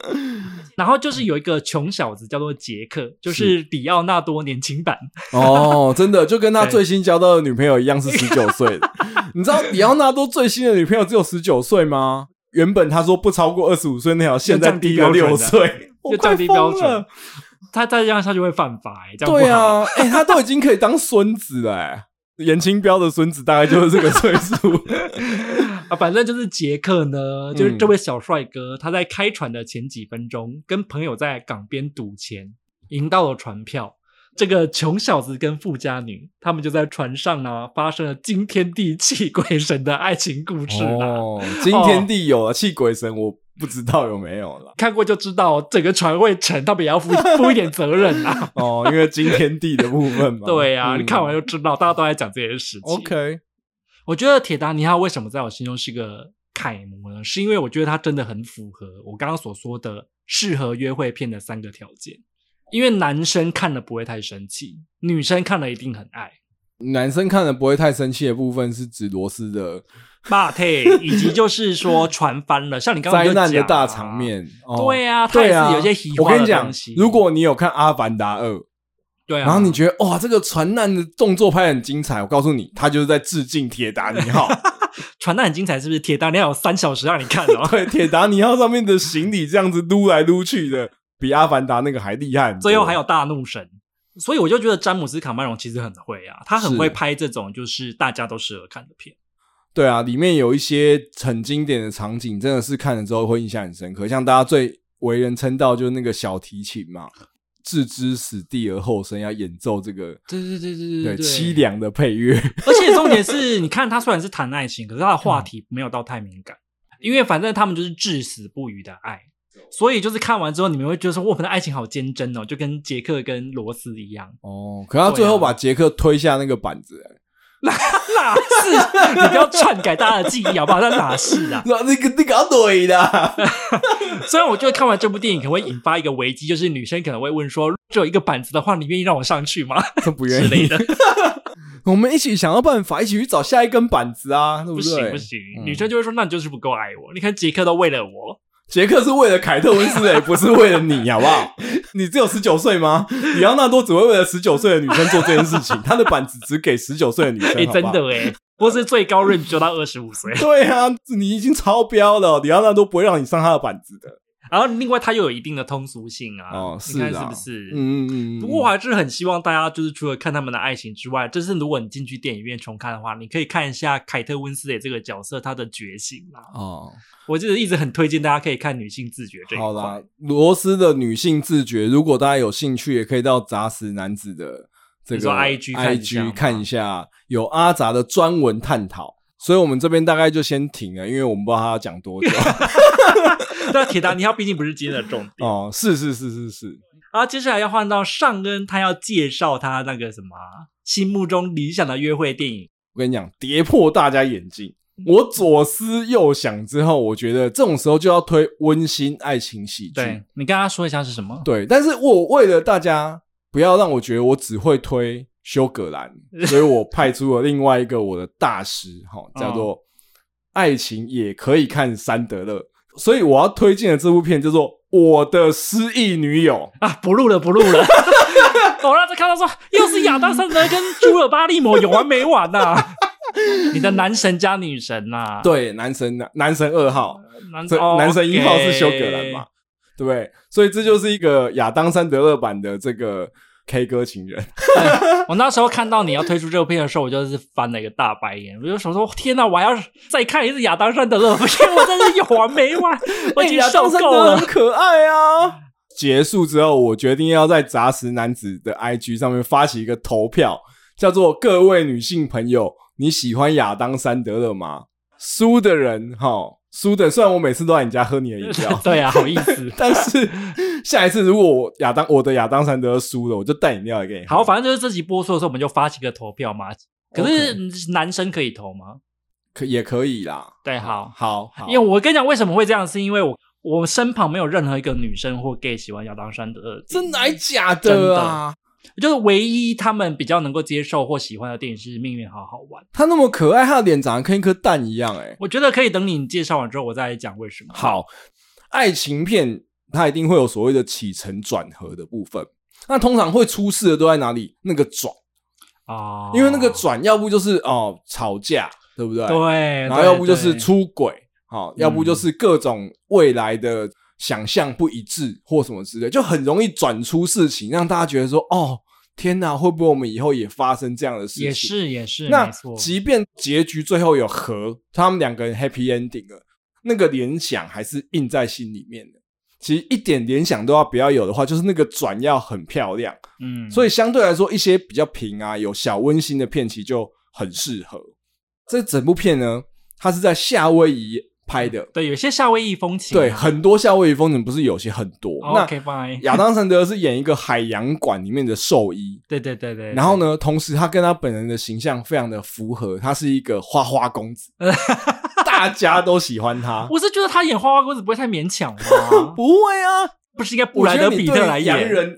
然后就是有一个穷小子叫做杰克，就是里奥纳多年轻版，
哦，真的就跟他
对
最新交到的女朋友一样是十九岁的。你知道迪奥纳多最新的女朋友只有十九岁吗？原本他说不超过二十五岁那条，现在低了六岁，我
就降低
快
标
疯
准
了。。
他再这样下去会犯法、欸，这样不好。
对啊，哎、他都已经可以当孙子了、哎，严清标的孙子大概就是这个岁 数。
啊，反正就是杰克呢，就是
嗯
这位小帅哥，他在开船的前几分钟，跟朋友在港边赌钱，赢到了船票。这个穷小子跟富家女，他们就在船上呢、发生了惊天地泣鬼神的爱情故事啦。
哦，今天地有了气鬼神，我不知道有没有了。
看过就知道，整个船会沉，他们也要负负一点责任啊。
哦，因为惊天地的部分嘛。
对啊，
嗯
你看完就知道，大家都在讲这件事情。
OK，
我觉得《铁达尼号》为什么在我心中是个楷模呢？是因为我觉得它真的很符合我刚刚所说的适合约会片的三个条件。因为男生看了不会太生气，女生看了一定很爱。
男生看了不会太生气的部分是指罗斯的
霸退，以及就是说船翻了，像你刚刚
灾
就
难的
讲啊
大场。面。哦
对啊，它也
对
是
啊，
有一些喜
我
欢
跟
的
你讲
东西。，
如果你有看《阿凡达二》，
对啊，
然后你觉得哇，这个船难的动作拍得很精彩，我告诉你，他就是在致敬《铁达尼号》。
传的很精彩，是不是？铁达尼号有三小时让你看 哦。
对，《铁达尼号》上面的行李这样子撸来撸去的，比《阿凡达》那个还厉害很多。
最后还有大怒神，所以我就觉得詹姆斯卡麦隆其实很会啊，他很
是
会拍这种就是大家都适合看的片。
对啊，里面有一些很经典的场景，真的是看了之后会印象很深刻。像大家最为人称道就是那个小提琴嘛，置之死地而后生，要演奏这个
对对对对
对凄。凉的配乐。。
而且重点是，你看他虽然是谈爱情，可是他的话题没有到太敏感，因为反正他们就是至死不渝的爱。所以就是看完之后，你们会觉得说，我们的爱情好坚贞哦，就跟杰克跟罗斯一样
哦，可
啊
他最后把杰克推下那个板子、 欸，
哪是？ 你不要篡改大家的记忆好不好？那哪是啊？
那那个那个要怼的，
虽然我觉得看完这部电影可能会引发一个危机，就是女生可能会问说，只有一个板子的话，你愿意让我上去吗？
他 不
之
愿
类
意
的。。
我们一起想到办法，一起去找下一根板子啊，对
不行
对
不？行，
嗯
女生就会说，那你就是不够爱 我。你看杰克都为了我，
杰克是为了凯特温斯 雷，不是为了你，好不好？ 你只有十九岁吗？里奥纳多只会为了十九岁的女生做这件事情，他的板子只给十九岁的 女生，
哎、
好
真
不好。
的哎，不是最高 range 就到二十五 岁。
对啊，你已经超标了，里奥纳多不会让你上他的板子的。
然后另外它又有一定的通俗性啊，
哦
你看
是
是
啊
不是？
嗯嗯嗯。
不过我还是很希望大家就是除了看他们的爱情之外，就是如果你进去电影院重看的话，你可以看一下凯特温斯雷这个角色她的觉醒啦。
哦，
我就是一直很推荐大家可以看女性自觉这一
好
块
啦。，罗斯的女性自觉，如果大家有兴趣，也可以到杂食男子的这
你
个
说 IG 看一下吗
IG 看一下，有阿杂的专文探讨。所以我们这边大概就先停了，因为我们不知道他要 讲多久。
那铁达尼号毕竟不是今天的重点。
哦，是是是是是，
然后接下来要啊换到尚恩，他要介绍他那个什么啊心目中理想的约会电影。
我跟你讲，跌破大家眼镜。我左思右想之后，我觉得这种时候就要推温馨爱情喜剧
对。你跟他说一下是什么？
对，但是我为了大家不要让我觉得我只会推修格兰，所以我派出了另外一个我的大师，哈，叫做《爱情也可以看三德勒》。所以我要推荐的这部片叫做《我的失忆女友
啊，不录了，不录 了。我让他看到说，又是亚当·桑德跟朱尔巴利摩有完没完呐、 你的男神加女神呐、》，
对，男神男神二号，
男
这
哦
男神一号是
OK
修格兰嘛，对不对？所以这就是一个亚当·山德勒版的这个 K 歌情人。
我那时候看到你要推出这部片的时候，我就是翻了一个大白眼，我就想说：天哪，我还要再看一次亚当·山德勒片，我真是有完没 完，我已
欸
经
亚
受
当山
够
德勒
了，
很。可爱啊！ 结束之后，我决定要在杂食男子的 IG 上面发起一个投票，叫做“各位女性朋友，你喜欢亚当·山德勒吗？”输的人哈，输的虽然我每次都在你家喝你的饮 料
对啊，好意思。
但是下一次如果我亚当我的亚当·山德勒输了，我就带饮料来给你喝。
好，反正就是这集播出的时候，我们就发起个投票嘛。可是
OK
男生可以投吗？
可也可以啦。
对，好，
好，好
因为我跟你讲为什么会这样，是因为我我身旁没有任何一个女生或 gay 喜欢亚当·山德勒，
真的还假
真
的
的
啊？
就是唯一他们比较能够接受或喜欢的电影是《命运好好玩》。
他那么可爱，他的脸长得跟一颗蛋一样、欸，哎。
我觉得可以等你介绍完之后，我再来讲为什么。
好，爱情片它一定会有所谓的起承转合的部分。那通常会出事的都在哪里？那个转，
啊，
因为那个转，要不就是哦吵架，对不对？
对，
然后要不就
对
是
对
出轨，好、要不
嗯
就是各种未来的想象不一致或什么之类，就很容易转出事情，让大家觉得说哦。天呐，会不会我们以后也发生这样的事情？
也是也是，
那
没错
即便结局最后有和，他们两个人 happy ending 了，那个联想还是印在心里面的。其实一点联想都要不要有的话，就是那个转要很漂亮。
嗯，
所
以
以相对来说，一些比较平啊、有小温馨的片，其实就很适合。这整部片呢，它是在夏威夷拍的，
对有些夏威夷风情啊，
对，很多夏威夷风景不是有些很多。
哦
那
OK fine，
亚当·桑德是演一个海洋馆里面的兽医，
对对对对，
然后呢，同时他跟他本人的形象非常的符合，他是一个花花公 子，大家都喜欢他？
对，。我是觉得他演花花公子不会太勉强吧
不会啊，
不是应该布莱德比特来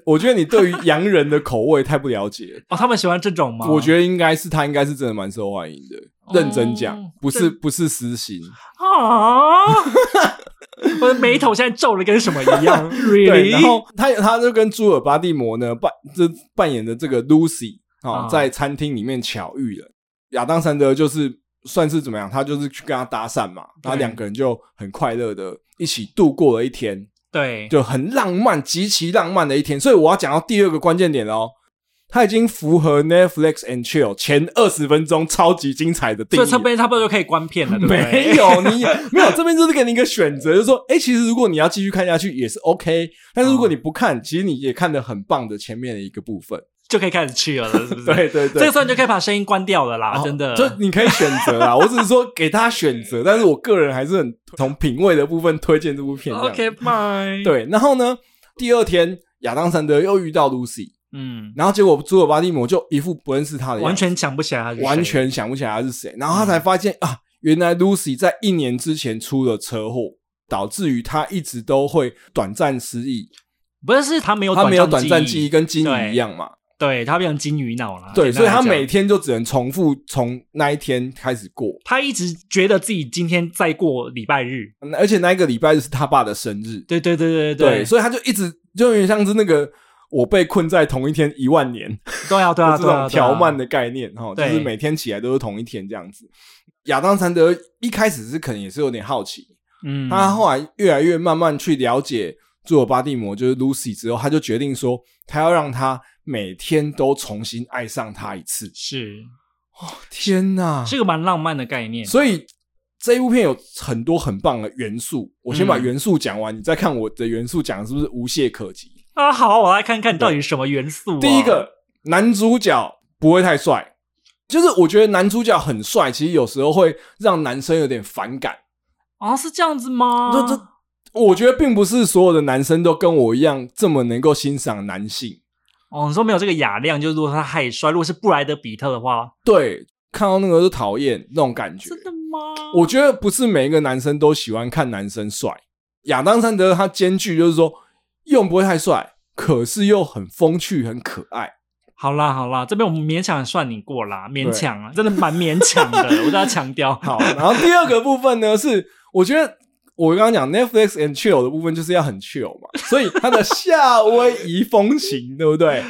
我觉得你
演？
对于洋人，我觉得你对于洋人的口味太不 了解。
哦，他们喜欢这种吗？
我觉得应该是他，应该是真的蛮受欢迎的。认真讲
哦，
不是不是私刑，
得啊，我的眉头现在皱的跟什么一样
对。
，really？
然后他他就跟朱尔巴蒂摩呢扮这扮演的这个 Lucy 哦
啊，
在餐厅里面巧遇了亚当·山德，就是算是怎么样，他就是去跟他搭讪嘛，然
对
后两个人就很快乐的一起度过了一天，
对，
就很浪漫，极其浪漫的一天。所以我要讲到第二个关键点喽。它已经符合 Netflix and Chill 前二十分钟超级精彩的定
所
义
以。这边差不多就可以关片了，对不对？
没有你没有，这边就是给你一个选择，就是说，哎、其实如果你要继续看下去也是 OK，但是如果
嗯
你不看，其实你也看得很棒的前面的一个部分。
就可以开始去了，是不是？，
对对
这
对
个时，候你就可以把声音关掉了啦，
哦
真的。
就你可以选择啊。我只是说给大家选择，但是我个人还是很从品味的部分推荐这部片这样。
OK bye。，
对，然后呢，第二天亚当·山德又遇到 Lucy，
嗯，
然后结果朱尔巴蒂摩就一副不认识他的样子
完全想不起来他是谁
完全想不起来他是谁，然后他才发现、
嗯
啊，原来 Lucy 在一年之前出了车祸，导致于他一直都会短暂失忆，
不是是他没有
他没有短暂
记
记忆，，跟金鱼一样嘛，
对他变成金鱼脑了。
对，
简
所以
单来
他
讲
每天就只能重复从那一天开始过，
他一直觉得自己今天在过礼拜日，
嗯而且那一个礼拜就是他爸的生日，
对对对对对
所以他就一直就有点像是那个。我被困在同一天一万年，
对啊对啊
这
对啊，
种条漫
的
的概念哈，就
对
是每天起来都是同一天这样子。亚当·桑德一开始是可能也是有点好奇，
嗯，
他后来越来越慢慢去了解朱尔巴蒂摩，就是 Lucy 之后，他就决定说，他要让他每天都重新爱上他一次。
是
天哪！
是个蛮浪漫的概念，
所以这一部片有很多很棒的元素，我先把
嗯
元素讲完，你再看我的元素讲得是不是无懈可击。
啊，好，我来看看到底是什么元素啊。
第一个男主角不会太帅，就是我觉得男主角很帅，其实有时候会让男生有点反感。
啊，是这样子吗？
这这，我觉得并不是所有的男生都跟我一样这么能够欣赏男性。
哦，你说没有这个雅量，就是如果他害衰，如果是布莱德比特的话，
对，看到那个就讨厌那种感觉。
真的吗？
我觉得不是每一个男生都喜欢看男生帅。亚当·山德他兼具就是说，又不会太帅，可是又很风趣、很可爱。
好啦好啦，这边我们勉强算你过啦，勉强啊，真的蛮勉强的， 我都要强调。
好，然后第二个部分呢是，我觉得我刚刚讲 Netflix and chill 的部分就是要很 chill 嘛，所以它的夏威夷风情，对不对？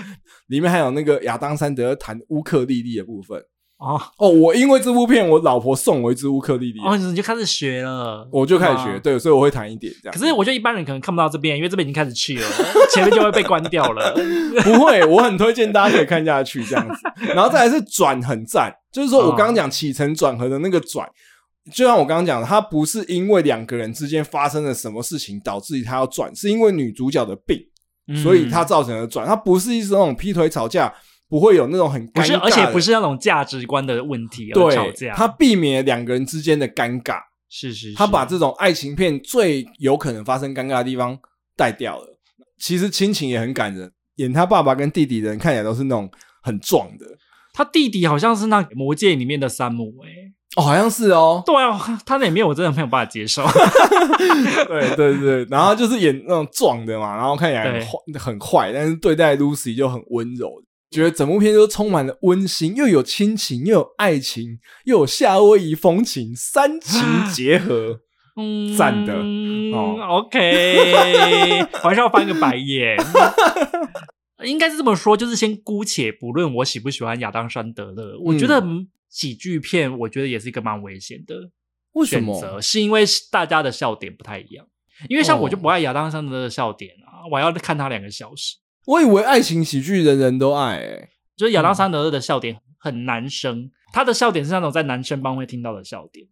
里面还有那个亚当·山德弹乌克丽丽的部分。
哦
哦，我因为这部片，我老婆送我一支乌克丽丽，
哦，你就开始学了，
我就开始学，
哇。
对，所以我会弹一点这样。
可是我觉得一般人可能看不到这边，因为这边已经开始 去了，前面就会被关掉了。
不会，我很推荐大家可以看下去这样子。然后再来是转很赞，就是
哦
说我刚刚讲起承转合的那个转，就像我刚刚讲的，它不是因为两个人之间发生了什么事情导致于他要转，是因为女主角的病，
嗯
所以它
他
造成了转。它不是一种那种劈腿吵架，不会有那种很
不
尴尬
是，
的，
而且不是那种价值观的问题而吵
对，
架。
它避免了两个人之间的尴尬。
是是是，
他把这种爱情片最有可能发生尴尬的地方带掉了。其实亲情也很感人，演他爸爸跟弟弟的人看起来都是那种很壮的
他弟弟好像是那《魔戒》里面的山姆哎、，
哦，好像是哦
对啊， 他那里面我真的没有办法接 受。
对对 对，然后就是演那种壮的嘛，然后看起来很坏很坏，但是对待 Lucy 就很温柔。觉得整部片都充满了温馨，又有亲情，又有爱情，又有夏威夷风情，三情结合。
嗯，
赞的
哦
哦
OK，我还是要翻个白眼。应该是这么说，就是先姑且不论我喜不喜欢亚当·山德勒，我觉得喜剧片，我觉得也是一个蛮危险的
嗯为什
选
么？
择，是因为大家的笑点不太一样。因为像
哦
我就不爱亚当·山德的笑点啊，我还要看他两个小时。
我以为爱情喜剧人人都爱、欸，
就是亚当·山德勒的笑点很男生，他的笑点是那种在男生帮会听到的笑点，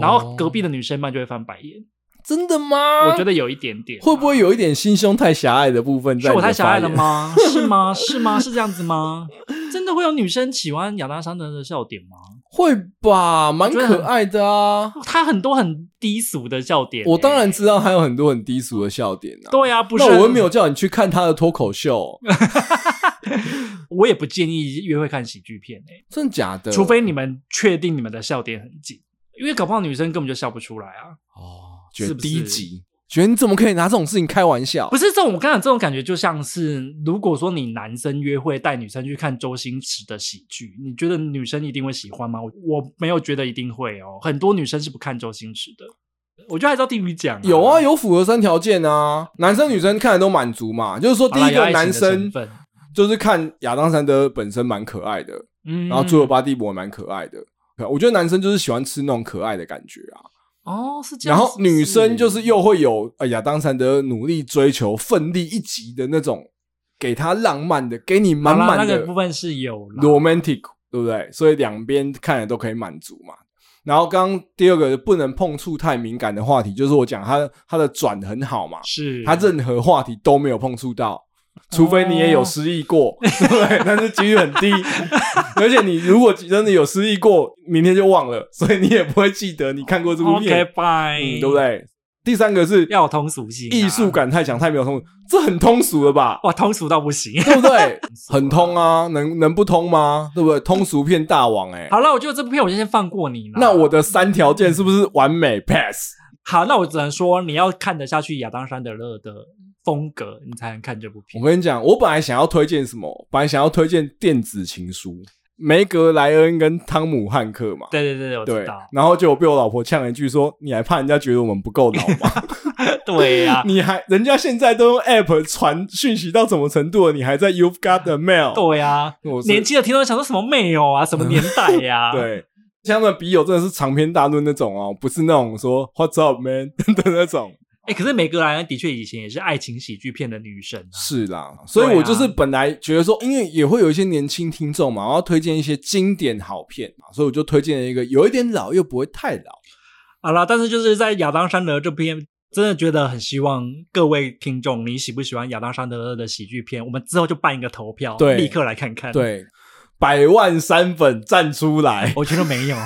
然
哦
后隔壁的女生班就会翻白眼。
真的吗？
我觉得有一点点啊，
会不会有一点心胸太狭隘的部分在？
是我太狭隘了？ 吗？是吗？是吗？是这样子吗？ 真的会有女生喜欢亚当·桑德的笑点吗？
会吧，蛮
觉得
可爱的啊。
他很多很低俗的笑点欸、
我当然知道他有很多很低俗的笑点啊。
对啊，不是
那我又没有，叫你去看他的脱口秀，
我也不建议约会看喜剧片诶、
真的假的？
除非你们确定你们的笑点很紧，因为搞不好女生根本就笑不出来啊。
哦，觉得
是不是
低级，觉得你怎么可以拿这种事情开玩笑？
不是这种，我刚才这种感觉就像是，如果说你男生约会带女生去看周星驰的喜剧，你觉得女生一定会喜欢吗？我我没有觉得一定会哦，很多女生是不看周星驰的。我觉得还是要听你讲、
有啊，有符合三条件啊，男生女生看的都满足嘛。就是说，第
好啦
一
有爱
个
情的
男
成
生
分
就是看亚当·山德本身蛮可爱的，
嗯，
然后侏罗巴蒂博蛮可爱的。我觉得男生就是喜欢吃那种可爱的感觉啊。
哦是这
然
样，
后女生就是又会有呃亚当·山德努力追求、奋力一击的那种，给他浪漫的，给你满
满
满
那个
的
部分是有啦
romantic，对不对？所以两边看了都可以满足嘛。然后刚刚第二个不能碰触太敏感的话题，就是我讲他他的转很好嘛，
是
他任何话题都没有碰触到，除非你也有失忆过，哦对，但是几率很 低。而且你如果真的有失忆过，明天就忘了，所以你也不会记得你看过这部
OK
片。
拜、
嗯，对不？对？第三个是
哎要有通俗性啊、哦
艺术感太强，太没有通俗，这很通俗了吧？
哇，通俗到不行。
对不对？ 很通啊，能能不通吗？对不对？通俗片大王哎、
好了，我觉得这部片我就先放过你了。
那我的三条件是不是完美 pass？
好，那我只能说你要看得下去亚当·山德勒的风格，你才能看这部片
我。跟你讲，我本来想要推荐什么？本来想要推荐《电子情书》，梅格莱恩跟汤姆汉克嘛。
对对对，我知
对
道，。
然后就被我老婆呛了一句说：“你还怕人家觉得我们不够老 吗？
对呀、
你还人家现在都用 app 传讯息到什么程度了？你还在 You've Got the Mail？
对呀、
我是
年轻的听众想说什么没有啊，什么年代呀、，
对，像他们笔友真的是长篇大论那种哦，不是那种说 What's up man 的那种。
哎、可是梅格莱恩的确以前也是爱情喜剧片的女神啊。
是啦，所以我就是本来觉得说，因为也会有一些年轻听众嘛，我要推荐一些经典好片嘛，所以我就推荐了一个有一点老又不会太老。
好啦，但是就是在亚当·山德勒这篇，真的觉得很希望各位听众，你喜不喜欢亚当·山德勒的喜剧片？我们之后就办一个投票，
对
立刻来看看。，
对，百万山粉站出来，
我觉得没有，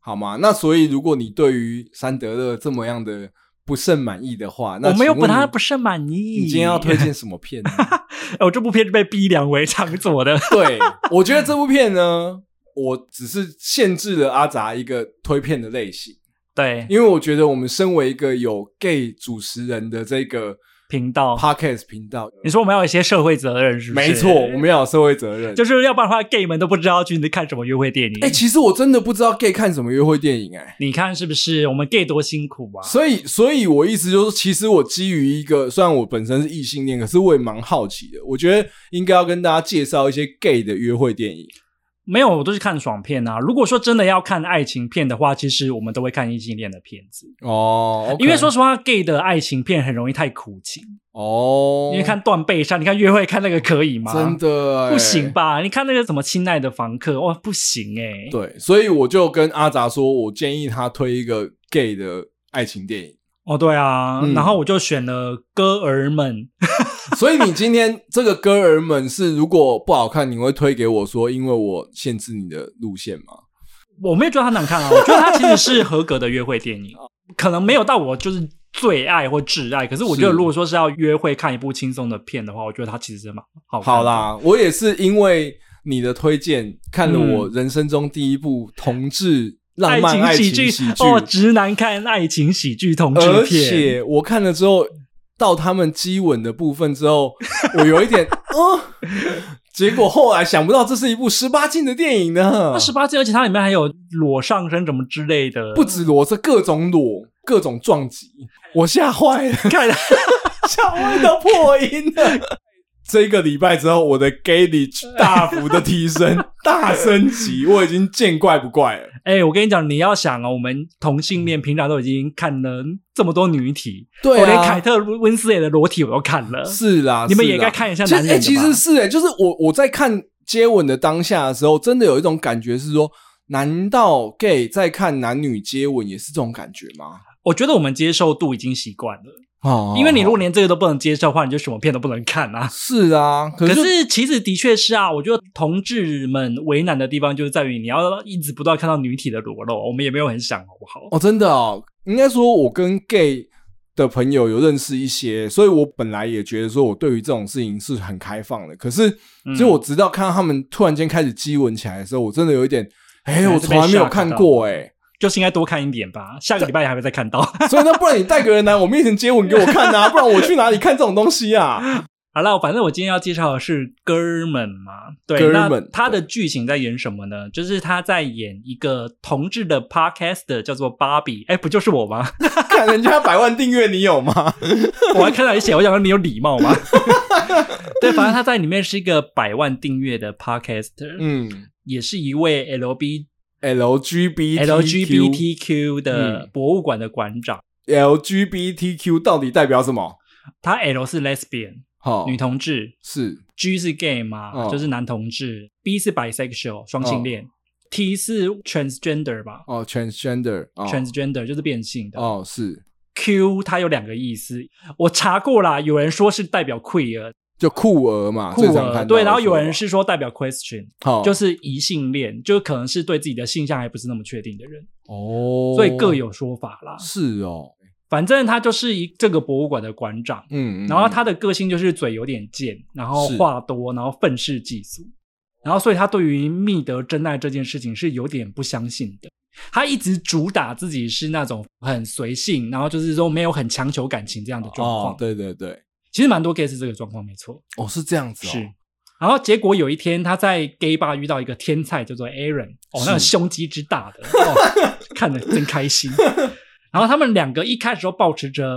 好吗？那所以如果你对于山德勒这么样的不甚满意的话，那
我没有
请问
本他
你
不甚满意。
你今天要推荐什么片呢？
哎我这部片是被逼良为常做的。
对，我觉得这部片呢，我只是限制了阿杂一个推片的类型，
对
因为我觉得我们身为一个有 gay 主持人的这个
频道，
podcast 频道，
你说我们要有一些社会责任，是不是？
没错，我们要有社会责任。
就是要不然的话，gay 们都不知道去看什么约会电影。
哎、其实我真的不知道 gay 看什么约会电影、哎。
你看是不是我们 gay 多辛苦啊？
所以，所以我意思就是，其实我基于一个，虽然我本身是异性恋，可是我也蛮好奇的。我觉得应该要跟大家介绍一些 gay 的约会电影。
没有，我都是看爽片啊。如果说真的要看爱情片的话，其实我们都会看异性恋的片子，
哦
因为说实话，gay 的爱情片很容易太苦情。
哦，
因为看《断背山》，你看约会看那个可以吗？
真的、哎
不行？吧？你看那个什么《亲爱的房客》，哇，不行哎、
对，所以我就跟阿杂说，我建议他推一个 gay 的爱情电影。
哦，对啊，
嗯
然后我就选了《歌儿们》，
所以你今天这个歌儿们是，如果不好看，你会推给我说，因为我限制你的路线吗？
我没有觉得它难看啊，我觉得它其实是合格的约会电影，可能没有到我就是最爱或挚爱，可是我觉得
是
如果说是要约会看一部轻松的片的话，我觉得它其实是蛮好看的
好，啦，我也是因为你的推荐，看了我人生中第一部 同志
嗯
浪
爱
漫
情
爱
喜
情
剧
喜剧，
哦，直男看爱情喜剧同志
而
片，
且我看了之后，到他们激吻的部分之后，我有一点， 嗯，结果后来想不到这是一部十八禁的电影呢
那，十八禁，而且它里面还有裸上身什么之类的，
不止裸，是各种裸，各种撞击，我吓坏了。
看。
小薇都破音了。这个礼拜之后，我的 gay 力大幅的提 升，大升级，我已经见怪不怪了。
哎、我跟你讲，你要想哦，我们同性恋平常都已经看了这么多女体，
对啊
我连凯特温斯莱的裸体我都看了，
是啦，
你们
是
也
啦
该看一下
其实
男人的
哎其
吧
实是哎、就是我我在看接吻的当下的时候，真的有一种感觉是说，难道 gay 在看男女接吻也是这种感觉吗？
我觉得我们接受度已经习惯了，
哦
因为你如果连这个都不能接受的话，你就什么片都不能看啊。
是啊，可
可
是就是
其实的确是啊，我觉得同志们为难的地方就是在于你要一直不断看到女体的裸露，我们也没有很想，好不好？
哦，真的哦，应该说我跟 gay 的朋友有认识一些，所以我本来也觉得说我对于这种事情是很开放的。可是，
嗯
就我直到看到他们突然间开始激吻起来的时候，我真的有一点，哎、
嗯
我从来没有看过哎、
就是应该多看一点吧，下个礼拜还会再看到。
所以那不然你带个人来我面前接吻给我看啊，不然我去哪里看这种东西啊？
好了，反正我今天要介绍的是《哥们》嘛，对，
哥
那
们
它的剧情在演什么呢？就是他在演一个同志的 podcast，叫做芭比，哎，不就是我吗？
看人家百万订阅，你有吗？
我还看到你写，我想说你有礼貌吗？ 对，反正他在里面是一个百万订阅的 podcaster，、
嗯
也是一位 LB
，LGBT
LGBTQ 的
嗯
博物馆的馆长。
LGBTQ 到底代表什么？
他 L 是 lesbian
好、
女同志
是
，G 是 gay 嘛，
哦
就是男同志，B 是 bisexual 双性恋、t 是 transgender 吧、
哦，transgender 哦
t r a n s g e n d e r 就是变性的。
哦是
Q 它有两个意思，我查过啦，有人说是代表 queer
就酷儿嘛，
酷
最常
儿，
看
对，然后有
哦
人是说代表 question，、
好，
就是异性恋，就可能是对自己的性向还不是那么确定的人，
哦，
所以各有说法啦。
是哦，
反正他就是一这个博物馆的馆长。
嗯，嗯
然后他的个性就是嘴有点贱，然后
是
话多，然后愤世嫉俗，然后所以他对于觅得真爱这件事情是有点不相信的。他一直主打自己是那种很随性，然后就是说没有很强求感情这样的状况。
哦，对对对，
其实蛮多 gay 是这个状况，没错。
哦是这样子，
是，然后结果有一天他在 gay bar 遇到一个天才，叫做 Aaron，哦，
是
那个胸肌之大 的，哦、看得真开心。然后他们两个一开始都保持着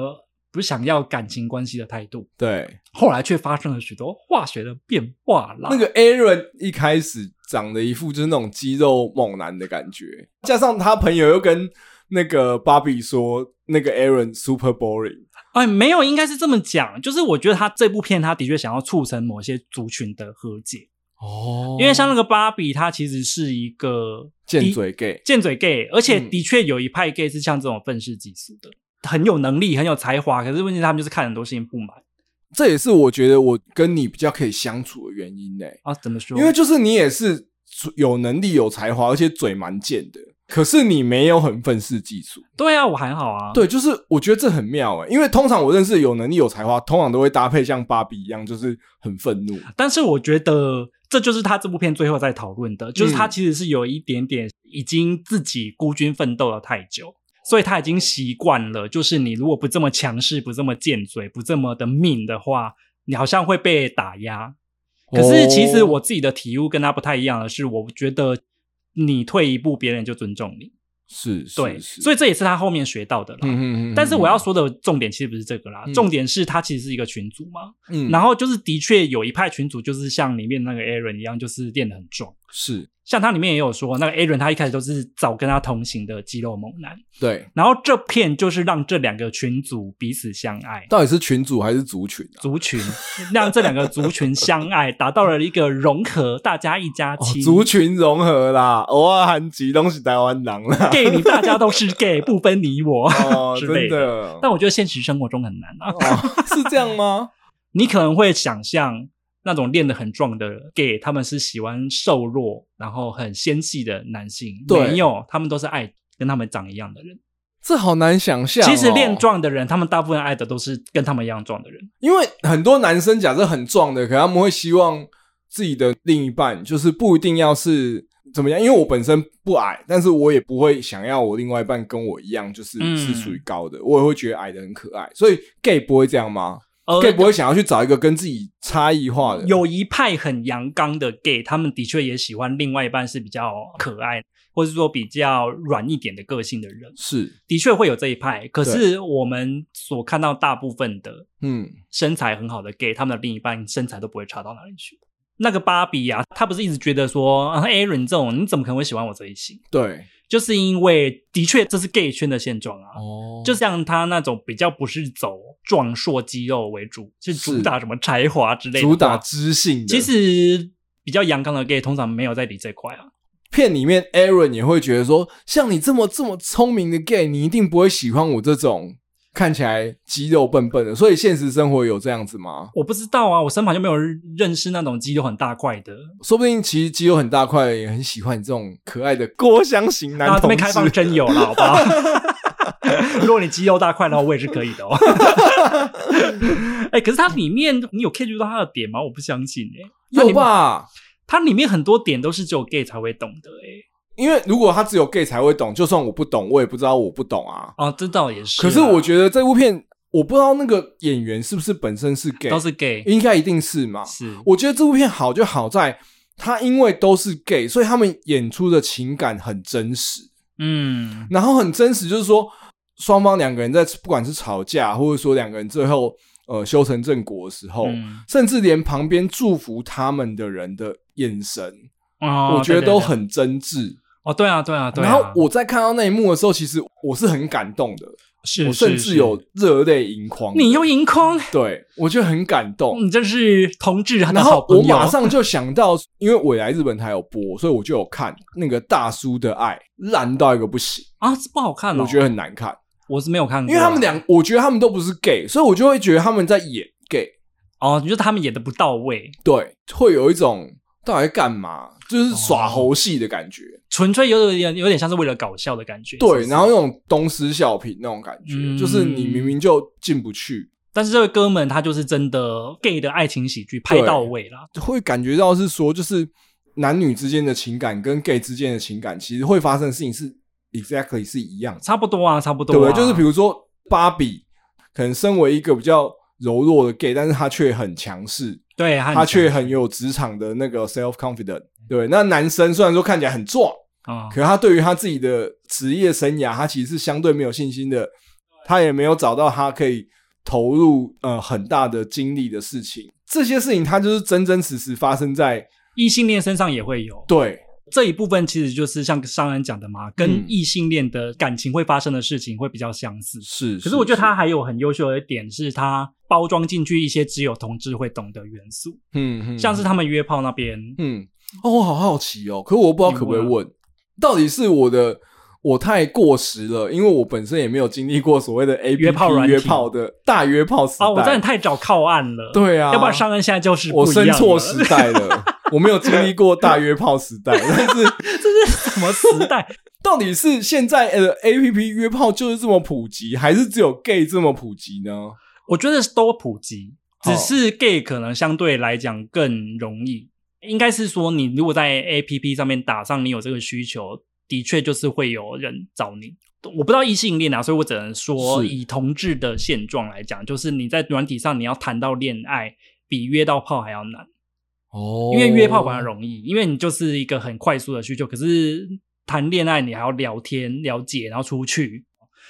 不想要感情关系的态度，
对，
后来却发生了许多化学的变化啦。
那个 Aaron 一开始长得一副就是那种肌肉猛男的感觉，加上他朋友又跟那个芭比说那个 Aaron super boring，
哎，没有，应该是这么讲，就是我觉得他这部片他的确想要促成某些族群的和解，
哦
因为像那个芭比，她其实是一个
尖嘴 gay，
贱嘴 gay，而且
嗯
的确有一派 gay 是像这种愤世嫉俗的，很有能力，很有才华，可是问题是他们就是看很多事情不满
这也是我觉得我跟你比较可以相处的原因呢，
啊。怎么说？
因为就是你也是有能力、有才华，而且嘴蛮贱的，可是你没有很愤世嫉俗。
对啊，我还好啊。
对，就是我觉得这很妙哎、因为通常我认识有能力、有才华，通常都会搭配像芭比一样，就是很 愤怒。
但是我觉得这就是他这部片最后在讨论
嗯
的，就是他其实是有一点点已经自己孤军奋斗了太久，所以他已经习惯了，就是你如果不这么强势、不这么尖嘴、不这么的命的话，你好像会被打压。
哦
可是其实我自己的体悟跟他不太一样的是，我觉得你退一步，别人就尊重你。
是，是
对，
是
所以这也是他后面学到的啦。
嗯嗯嗯。
但是我要说的重点其实不是这个啦，
嗯
重点是他其实是一个群组嘛，
嗯，
然后就是的确有一派群主，就是像里面那个 Aaron 一样，就是练得很壮。
是
像他里面也有说，那个 Aaron 他一开始都是找跟他同行的肌肉猛男，
对，
然后这片就是让这两个群组彼此相爱，
到底是群主还是族群啊？
族 群让这两个族群相爱，达到了一个融合，大家一家
哦
亲。
族群融合啦，偶尔韩籍东西台湾狼 啦。
gay 你大家都是 gay，不分你我。
哦，
之
真
类的
的，
但我觉得现实生活中很难啊，
哦，是这样吗？
你可能会想象那种练得很壮的 gay，他们是喜欢瘦弱然后很纤细的男性，
对
没有，他们都是爱跟他们长一样的人。
这好难想象、哦
其实练，壮的人，他们大部分爱的都是跟他们一样壮的人。
因为很多男生假设很壮的，可他们会希望自己的另一半就是不一定要是怎么样，因为我本身不矮，但是我也不会想要我另外一半跟我一样，就是、
嗯
是属于高的，我也会觉得矮的很可爱。所以 gay 不会这样吗、
呃
g a y 不会想要去找一个跟自己差异化的？
有一派很阳刚的 gay，他们的确也喜欢另外一半是比较可爱，或是说比较软一点的个性的人，
是，
的确会有这一派。可是我们所看到大部分的
嗯，
身材很好的 gay，他们的另一半身材都不会差到哪里去。那个芭比啊，她不是一直觉得说、啊、Aaron 这种，你怎么可能会喜欢我这一型？
对，
就是因为的确这是 gay 圈的现状啊。
哦
就像他那种比较不是走壮硕肌肉为主，是主打什么才华之类的话，
主打知性的。
其实比较阳刚的 gay 通常没有在理这块啊。
片里面 Aaron 也会觉得说，像你这么这么聪明的 gay，你一定不会喜欢我这种看起来肌肉笨笨的。所以现实生活有这样子吗？
我不知道啊，我身旁就没有认识那种肌肉很大块的。
说不定其实肌肉很大块，也很喜欢你这种可爱的郭襄型
那
男
这
同
边开放
志。
真友了，好不好？ 如果你肌肉大块的话，我也是可以的哦。 哎、可是它里面你有 catch 到它的点吗？我不相信哎、它
有
里面？
吧？
它里面很多点都是只有 gay 才会懂的哎、
因为如果他只有 gay 才会懂，就算我不懂，我也不知道我不懂啊。
哦，这倒也是啊。
可是我觉得这部片，我不知道那个演员是不是本身是 gay，
都是 gay，
应该一定是嘛。
是
我觉得这部片好就好在，他因为都是 gay，所以他们演出的情感很真实，
嗯，
然后很真实，就是说双方两个人在不管是吵架，或者说两个人最后呃修成正果的时候，
嗯
甚至连旁边祝福他们的人的眼神，
哦
我觉得
对对
都
对
很真挚。
哦，对啊，对啊，对啊。
然后我在看到那一幕的时候，其实我是很感动的，
是
我甚至有热泪盈眶的。
你又盈眶，
对我觉得很感动。
你真是同志的
然
好
后
朋
我
友。
马上就想到，因为我来日本台有播，所以我就有看那个大叔的爱烂到一个不行，
啊，这不好看哦，
我觉得很难看，
我是没有看过啊，
因为他们两，我觉得他们都不是 gay，所以我就会觉得他们在演 gay，
哦，你觉得他们演的不到位，
对，会有一种到底在干嘛，就是耍猴戏的感觉，
纯粹有点有点像是为了搞笑的感觉。是不
对，
是
然后那种东施效颦那种感觉，
嗯
就是你明明就进不去，
但是这位哥们他就是真的 gay 的爱情喜剧拍到位啦。
会感觉到是说，就是男女之间的情感跟 gay 之间的情感，其实会发生的事情是 exactly 是一样的。
差不多啊，差不多、
对
啊，
不对？就是比如说芭比，可能身为一个比较柔弱的 gay，但是他却很强势，
对，他很
他却
强
很有职场的那个 self confident。对，那男生虽然说看起来很壮，
啊、
可他对于他自己的职业生涯，他其实是相对没有信心的，他也没有找到他可以投入呃很大的精力的事情。这些事情，他就是真真实实发生在
异性恋身上也会有
对
这一部分，其实就是像上恩讲的嘛，
嗯
跟异性恋的感情会发生的事情会比较相似。
是。
可是我觉得他还有很优秀的一点是，他包装进去一些只有同志会懂的元素，
嗯嗯
像是他们约炮那边，
嗯，哦，我好好奇哦，可我不知道可不可
啊
以问，到底是我的我太过时了，因为我本身也没有经历过所谓的 A P
约炮
P
软体
约炮的大约炮时代。
啊，我真的太早靠岸了，、
对啊，
要不然上恩现在就是
我
不一样
生
了
错时 代了，我没有经历过大约炮时代，但是
什么时代？
到底是现在的 A P P 约炮就是这么普及，还是只有 gay 这么普及呢？
我觉得都普及，
哦
只是 gay 可能相对来讲更容易。应该是说，你如果在 A P P 上面打上你有这个需求，的确就是会有人找你。我不知道异性恋啊，所以我只能说，
是
以同志的现状来讲，就是你在软体上你要谈到恋爱，比约到炮还要难。
哦
因为约炮反而容易，因为你就是一个很快速的需求。可是谈恋爱，你还要聊天、了解，然后出去。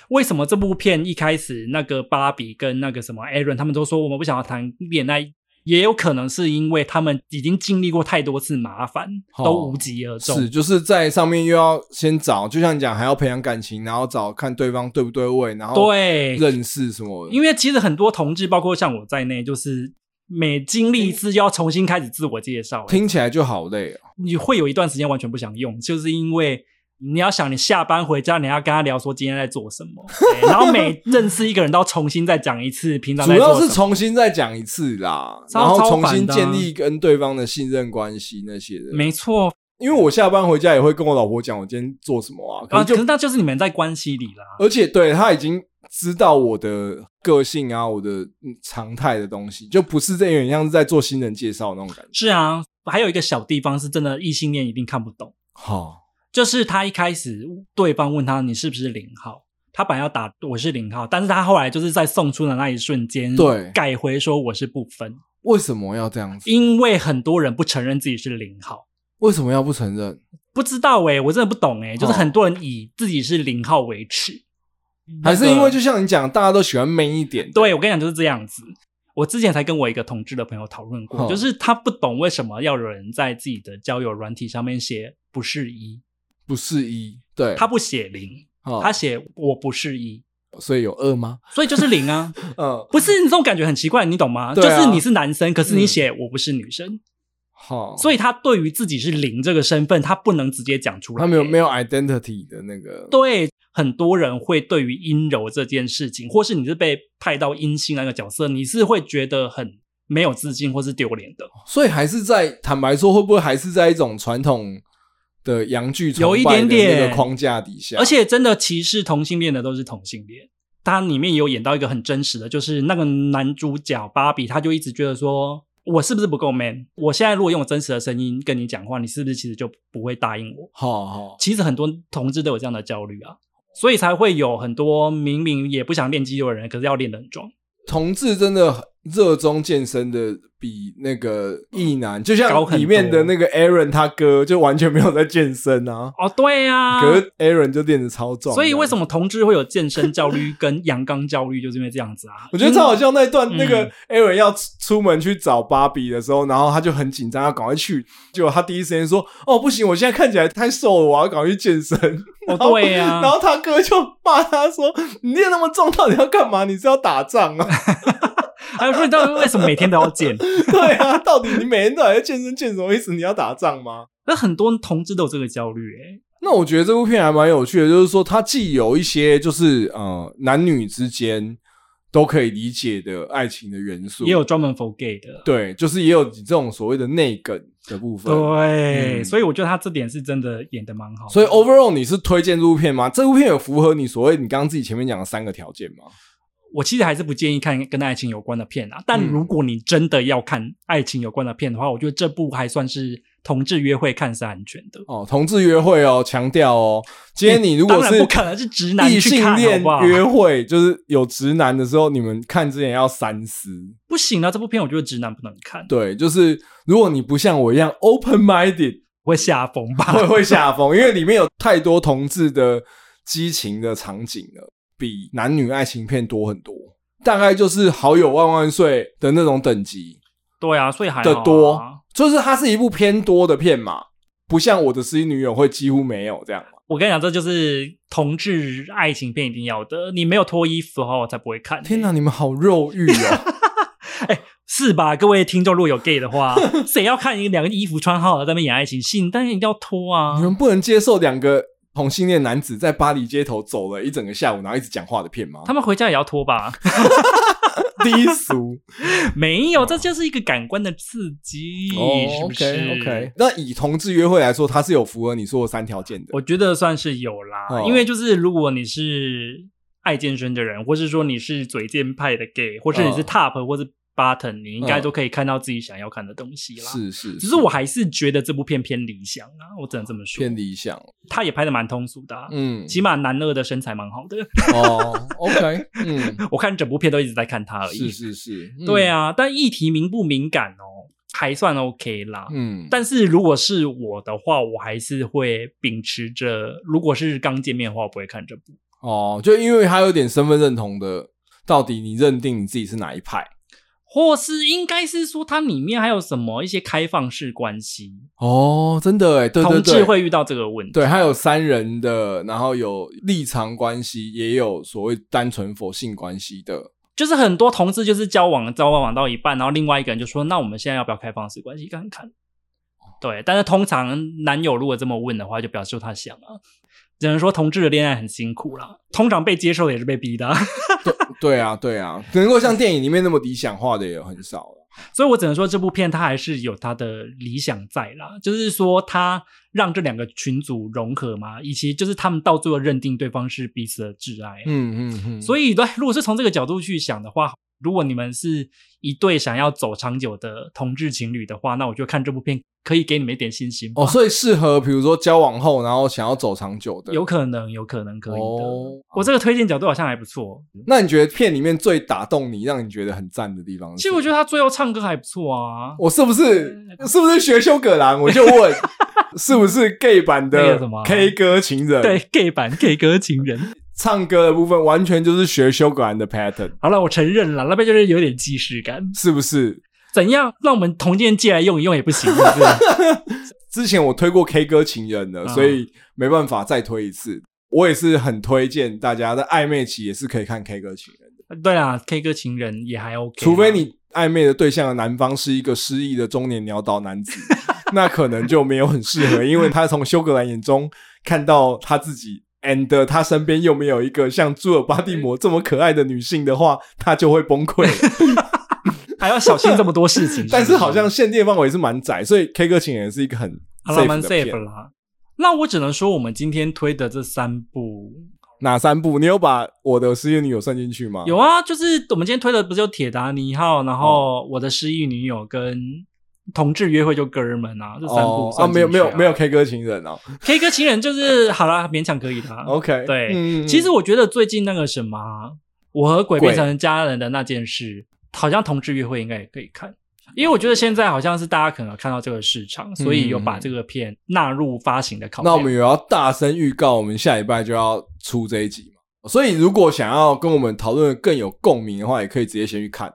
为什么这部片一开始那个芭比跟那个什么 Aaron 他们都说我们不想要谈恋爱？也有可能是因为他们已经经历过太多次麻烦，
哦
都无疾而终。
是，就是在上面又要先找，就像你讲，还要培养感情，然后找看对方对不对位，然后
对，
认识什么的，
哎因为其实很多同志，包括像我在内，就是每经历一次就要重新开始自我介绍。
听起来就好累啊。
你会有一段时间完全不想用，就是因为你要想你下班回家，你要跟他聊说今天在做什 么，对然后每认识一个人都要重新再讲一次平常
主
在
要
做
是
什么。
重新再讲一次啦，
超
然后重
超烦
新
的啊
建立跟对方的信任关系那些的。
没错
因为我下班回家也会跟我老婆讲我今天做什么啊，可
啊，
能就
可是那就是你们在关系里啦。
而且对他已经知道我的个性啊，我的嗯常态的东西，就不是这有点像是在做新人介绍那种感觉。
是啊，还有一个小地方是真的异性恋一定看不懂，
好，
就是他一开始对方问他你是不是零号，他本来要打我是零号，但是他后来就是在送出的那一瞬间，
对
改回说我是不分，
为什么要这样子？
因为很多人不承认自己是零号。
为什么要不承认？
不知道哎、我真的不懂哎、就是
哦
很多人以自己是零号为耻，
还是
那个
因为就像你讲，大家都喜欢 man 一点？
对我跟你讲就是这样子。我之前才跟我一个同志的朋友讨论过，
哦
就是他不懂为什么要有人在自己的交友软体上面写不是一，
不是一，对，
他不写零，
哦
他写我不是一，
所以有二吗？
所以就是零 啊，
嗯，
不是这种感觉很奇怪，你懂吗？
对啊
就是你是男生，可是你写我不是女生，
好，
所以他对于自己是零这个身份，他不能直接讲出来、欸
他没有没有 identity 的那个，
对，很多人会对于阴柔这件事情，或是你是被派到阴性那个角色，你是会觉得很没有自信或是丢脸的，
所以还是在坦白说，会不会还是在一种传统的洋剧崇
有一
拜
点
的
点
那个框架底下？
而且真的歧视同性恋的都是同性恋。它里面有演到一个很真实的，就是那个男主角芭比，他就一直觉得说，我是不是不够 man？我现在如果用我真实的声音跟你讲话，你是不是其实就不会答应我？
好好
其实很多同志都有这样的焦虑啊，所以才会有很多明明也不想练肌肉的人，可是要练得很壮。
同志真的很热衷健身的比那个异男，就
高
像
很多
里面的那个 Aaron 他哥就完全没有在健身啊，
哦，对啊，
可是 Aaron 就练得超壮，
所以为什
么？
么同志会有健身焦虑跟阳刚焦虑，就是因为这样子啊。
我觉得超好笑那一段，
嗯
那个 Aaron 要出出门去找芭比的时候，然后他就很紧张，要赶快去。结果他第一时间说：“哦，不行，我现在看起来太瘦了，我要赶快去健身。”
哦，对呀、
然后他哥就骂他说：“你练那么重，到底要干嘛？你是要打仗啊？
还有说你到底为什么每天都要健？
对啊，到底你每天到底在健身健什么意思？你要打仗吗
那很多同志都有这个焦虑、欸，？”
那我觉得这部片还蛮有趣的，就是说它既有一些就是呃男女之间都可以理解的爱情的元素，
也有专门 for gay 的。
对，就是也有这种所谓的内梗的部分。
对，啊
嗯
所以我觉得他这点是真的演的蛮好的。
所以哦 overall 你是推荐这部片吗？这部片有符合你所谓你刚刚自己前面讲的三个条件吗？
我其实还是不建议看跟爱情有关的片啊。
嗯
但如果你真的要看爱情有关的片的话，我觉得这部还算是同志约会看是安全的。
哦，同志约会哦，强调哦，今天你如果
当然
是
不可能是直男
异
去
性
看
恋
好不好
约会，就是有直男的时候，你们看之前要三思。
不行啊，这部片我觉得直男不能看，
对，就是如果你不像我一样 open minded，
会下风 吧？
会会下风，因为里面有太多同志的激情的场景了，比男女爱情片多很多。大概就是好友万万岁的那种等级
对啊，所以还好、啊、
的多，就是它是一部偏多的片嘛，不像我的失忆女友会几乎没有这样嘛。
我跟你讲，这就是同志爱情片一定要的。你没有脱衣服的话，我才不会看、
天哪，，你们好肉欲 哦！
是吧？各位听众，如果有 gay 的 话，谁要看一个两个衣服穿好了在那边演爱情戏？你当然一定要脱啊
你！们不能接受两个同性恋男子在巴黎街头走了一整个下午，然后一直讲话的片吗？
他们回家也要脱 吧？
低 俗
没有，这就是一个感官的刺激，是不是
哦 OK OK。那以同志约会来说，它是有符合你说的三条件的。
我觉得算是有啦，
哦
因为就是如果你是爱健身的人，或是说你是嘴贱派的 gay，或是你是
嗯
top 或是 button，你应该
嗯
都可以看到自己想要看的东西啦。
是是，
只是我还是觉得这部片偏理想啊，我只能这么说。
偏理想，
他也拍的蛮通俗的、啊，
嗯，
起码男二的身材蛮好的。
哦，OK，嗯，
我看整部片都一直在看他而已。
是是是，嗯
对，啊，但议题敏不敏感哦，还算 OK 啦。
嗯，
但是如果是我的话，我还是会秉持着，如果是刚见面的话，我不会看这部。
哦，就因为他有点身份认同的，到底你认定你自己是哪一派？
或是应该是说，它里面还有什么一些开放式关系，
哦，真的哎，对对
同志
对，
会遇到这个问题。
对，还有三人的，然后有立场关系，也有所谓单纯佛性关系的，
就是很多同志就是交往交往到一半，然后另外一个人就说：“那我们现在要不要开放式关系看看？”对，但是通常男友如果这么问的话，就表示他想啊。只能说同志的恋爱很辛苦啦，通常被接受的也是被逼的啊、
对啊，对啊，能够像电影里面那么理想化的也很少了。
所以我只能说这部片它还是有它的理想在啦，就是说它让这两个群组融合嘛，以及就是他们到最后认定对方是彼此的挚爱啊、
嗯嗯嗯，
所
以
以，对，如果是从这个角度去想的话，如果你们是一对想要走长久的同志情侣的话，那我就看这部片可以给你们一点信心吧
哦，所以适合比如说交往后，然后想要走长久的，
有可能，有可能可以的。
哦嗯
我这个推荐角度好像还不错，
那你觉得片里面最打动你，让你觉得很赞的地方？
其实我觉得他最后唱歌还不错啊。
我是不是是不是学修葛兰？我就问， 是不是 gay 版
那个
的
什么啊
K 歌情人？
对，，gay 版 gay 歌情人。
唱歌的部分完全就是学修葛兰的 pattern，
好了，我承认了，那边就是有点既视感。
是不是？
怎样让我们同件借来用一用也不行，是不是？
之前我推过 K 歌情人了，
嗯
所以没办法再推一次。我也是很推荐大家在暧昧期也是可以看 K 歌情人的，
对 啊，K 歌情人也还 OK，
除非
啦
你暧昧的对象的男方是一个失忆的中年潦倒男子， 那可能就没有很适合，因为他从修格兰眼中看到他自己。and 他身边又没有一个像朱尔巴蒂摩这么可爱的女性的话， 他就会崩 溃了。
还要小心这么多事情。
但
是
是
不是
好像限定范围是蛮窄，所以 K 歌情人是一个很
好了，蛮
safe 的片
safe 啦。那我只能说，我们今天推的这三部
哪三部？你有把我的失业女友算进去吗？
有啊，就是我们今天推的不是有《铁达尼号》，然
哦
后《我的失忆女友》跟《同志约会就哥们》啊，这三部
哦啊，
算
没有
进
没
去
有没有 K 歌情人哦。
K 歌情人就是好啦，勉强可以的啊。
OK，
对
嗯
其实我觉得最近那个什么啊，我和鬼
鬼
变成家人的那件事，好像同志约会应该也可以看，因为我觉得现在好像是大家可能有看到这个市场，所以有把这个片纳入发行的考量。
嗯那我们有要大声预告，我们下礼拜就要出这一集嘛。所以如果想要跟我们讨论得更有共鸣的话，也可以直接先去看。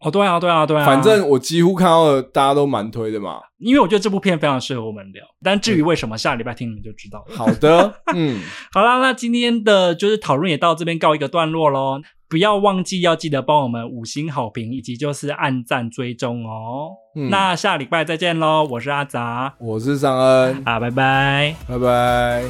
哦，对啊，对啊，对啊，
反正我几乎看到的大家都蛮推的嘛。
因为我觉得这部片非常适合我们聊，但至于为什么，下礼拜听你们就知道了。
好的，嗯，
好啦，那今天的就是讨论也到这边告一个段落喽。不要忘记要记得帮我们五星好评，以及就是按赞追踪哦。
嗯
那下礼拜再见喽，我是阿杂
我是尚恩，
啊，拜拜。
拜拜。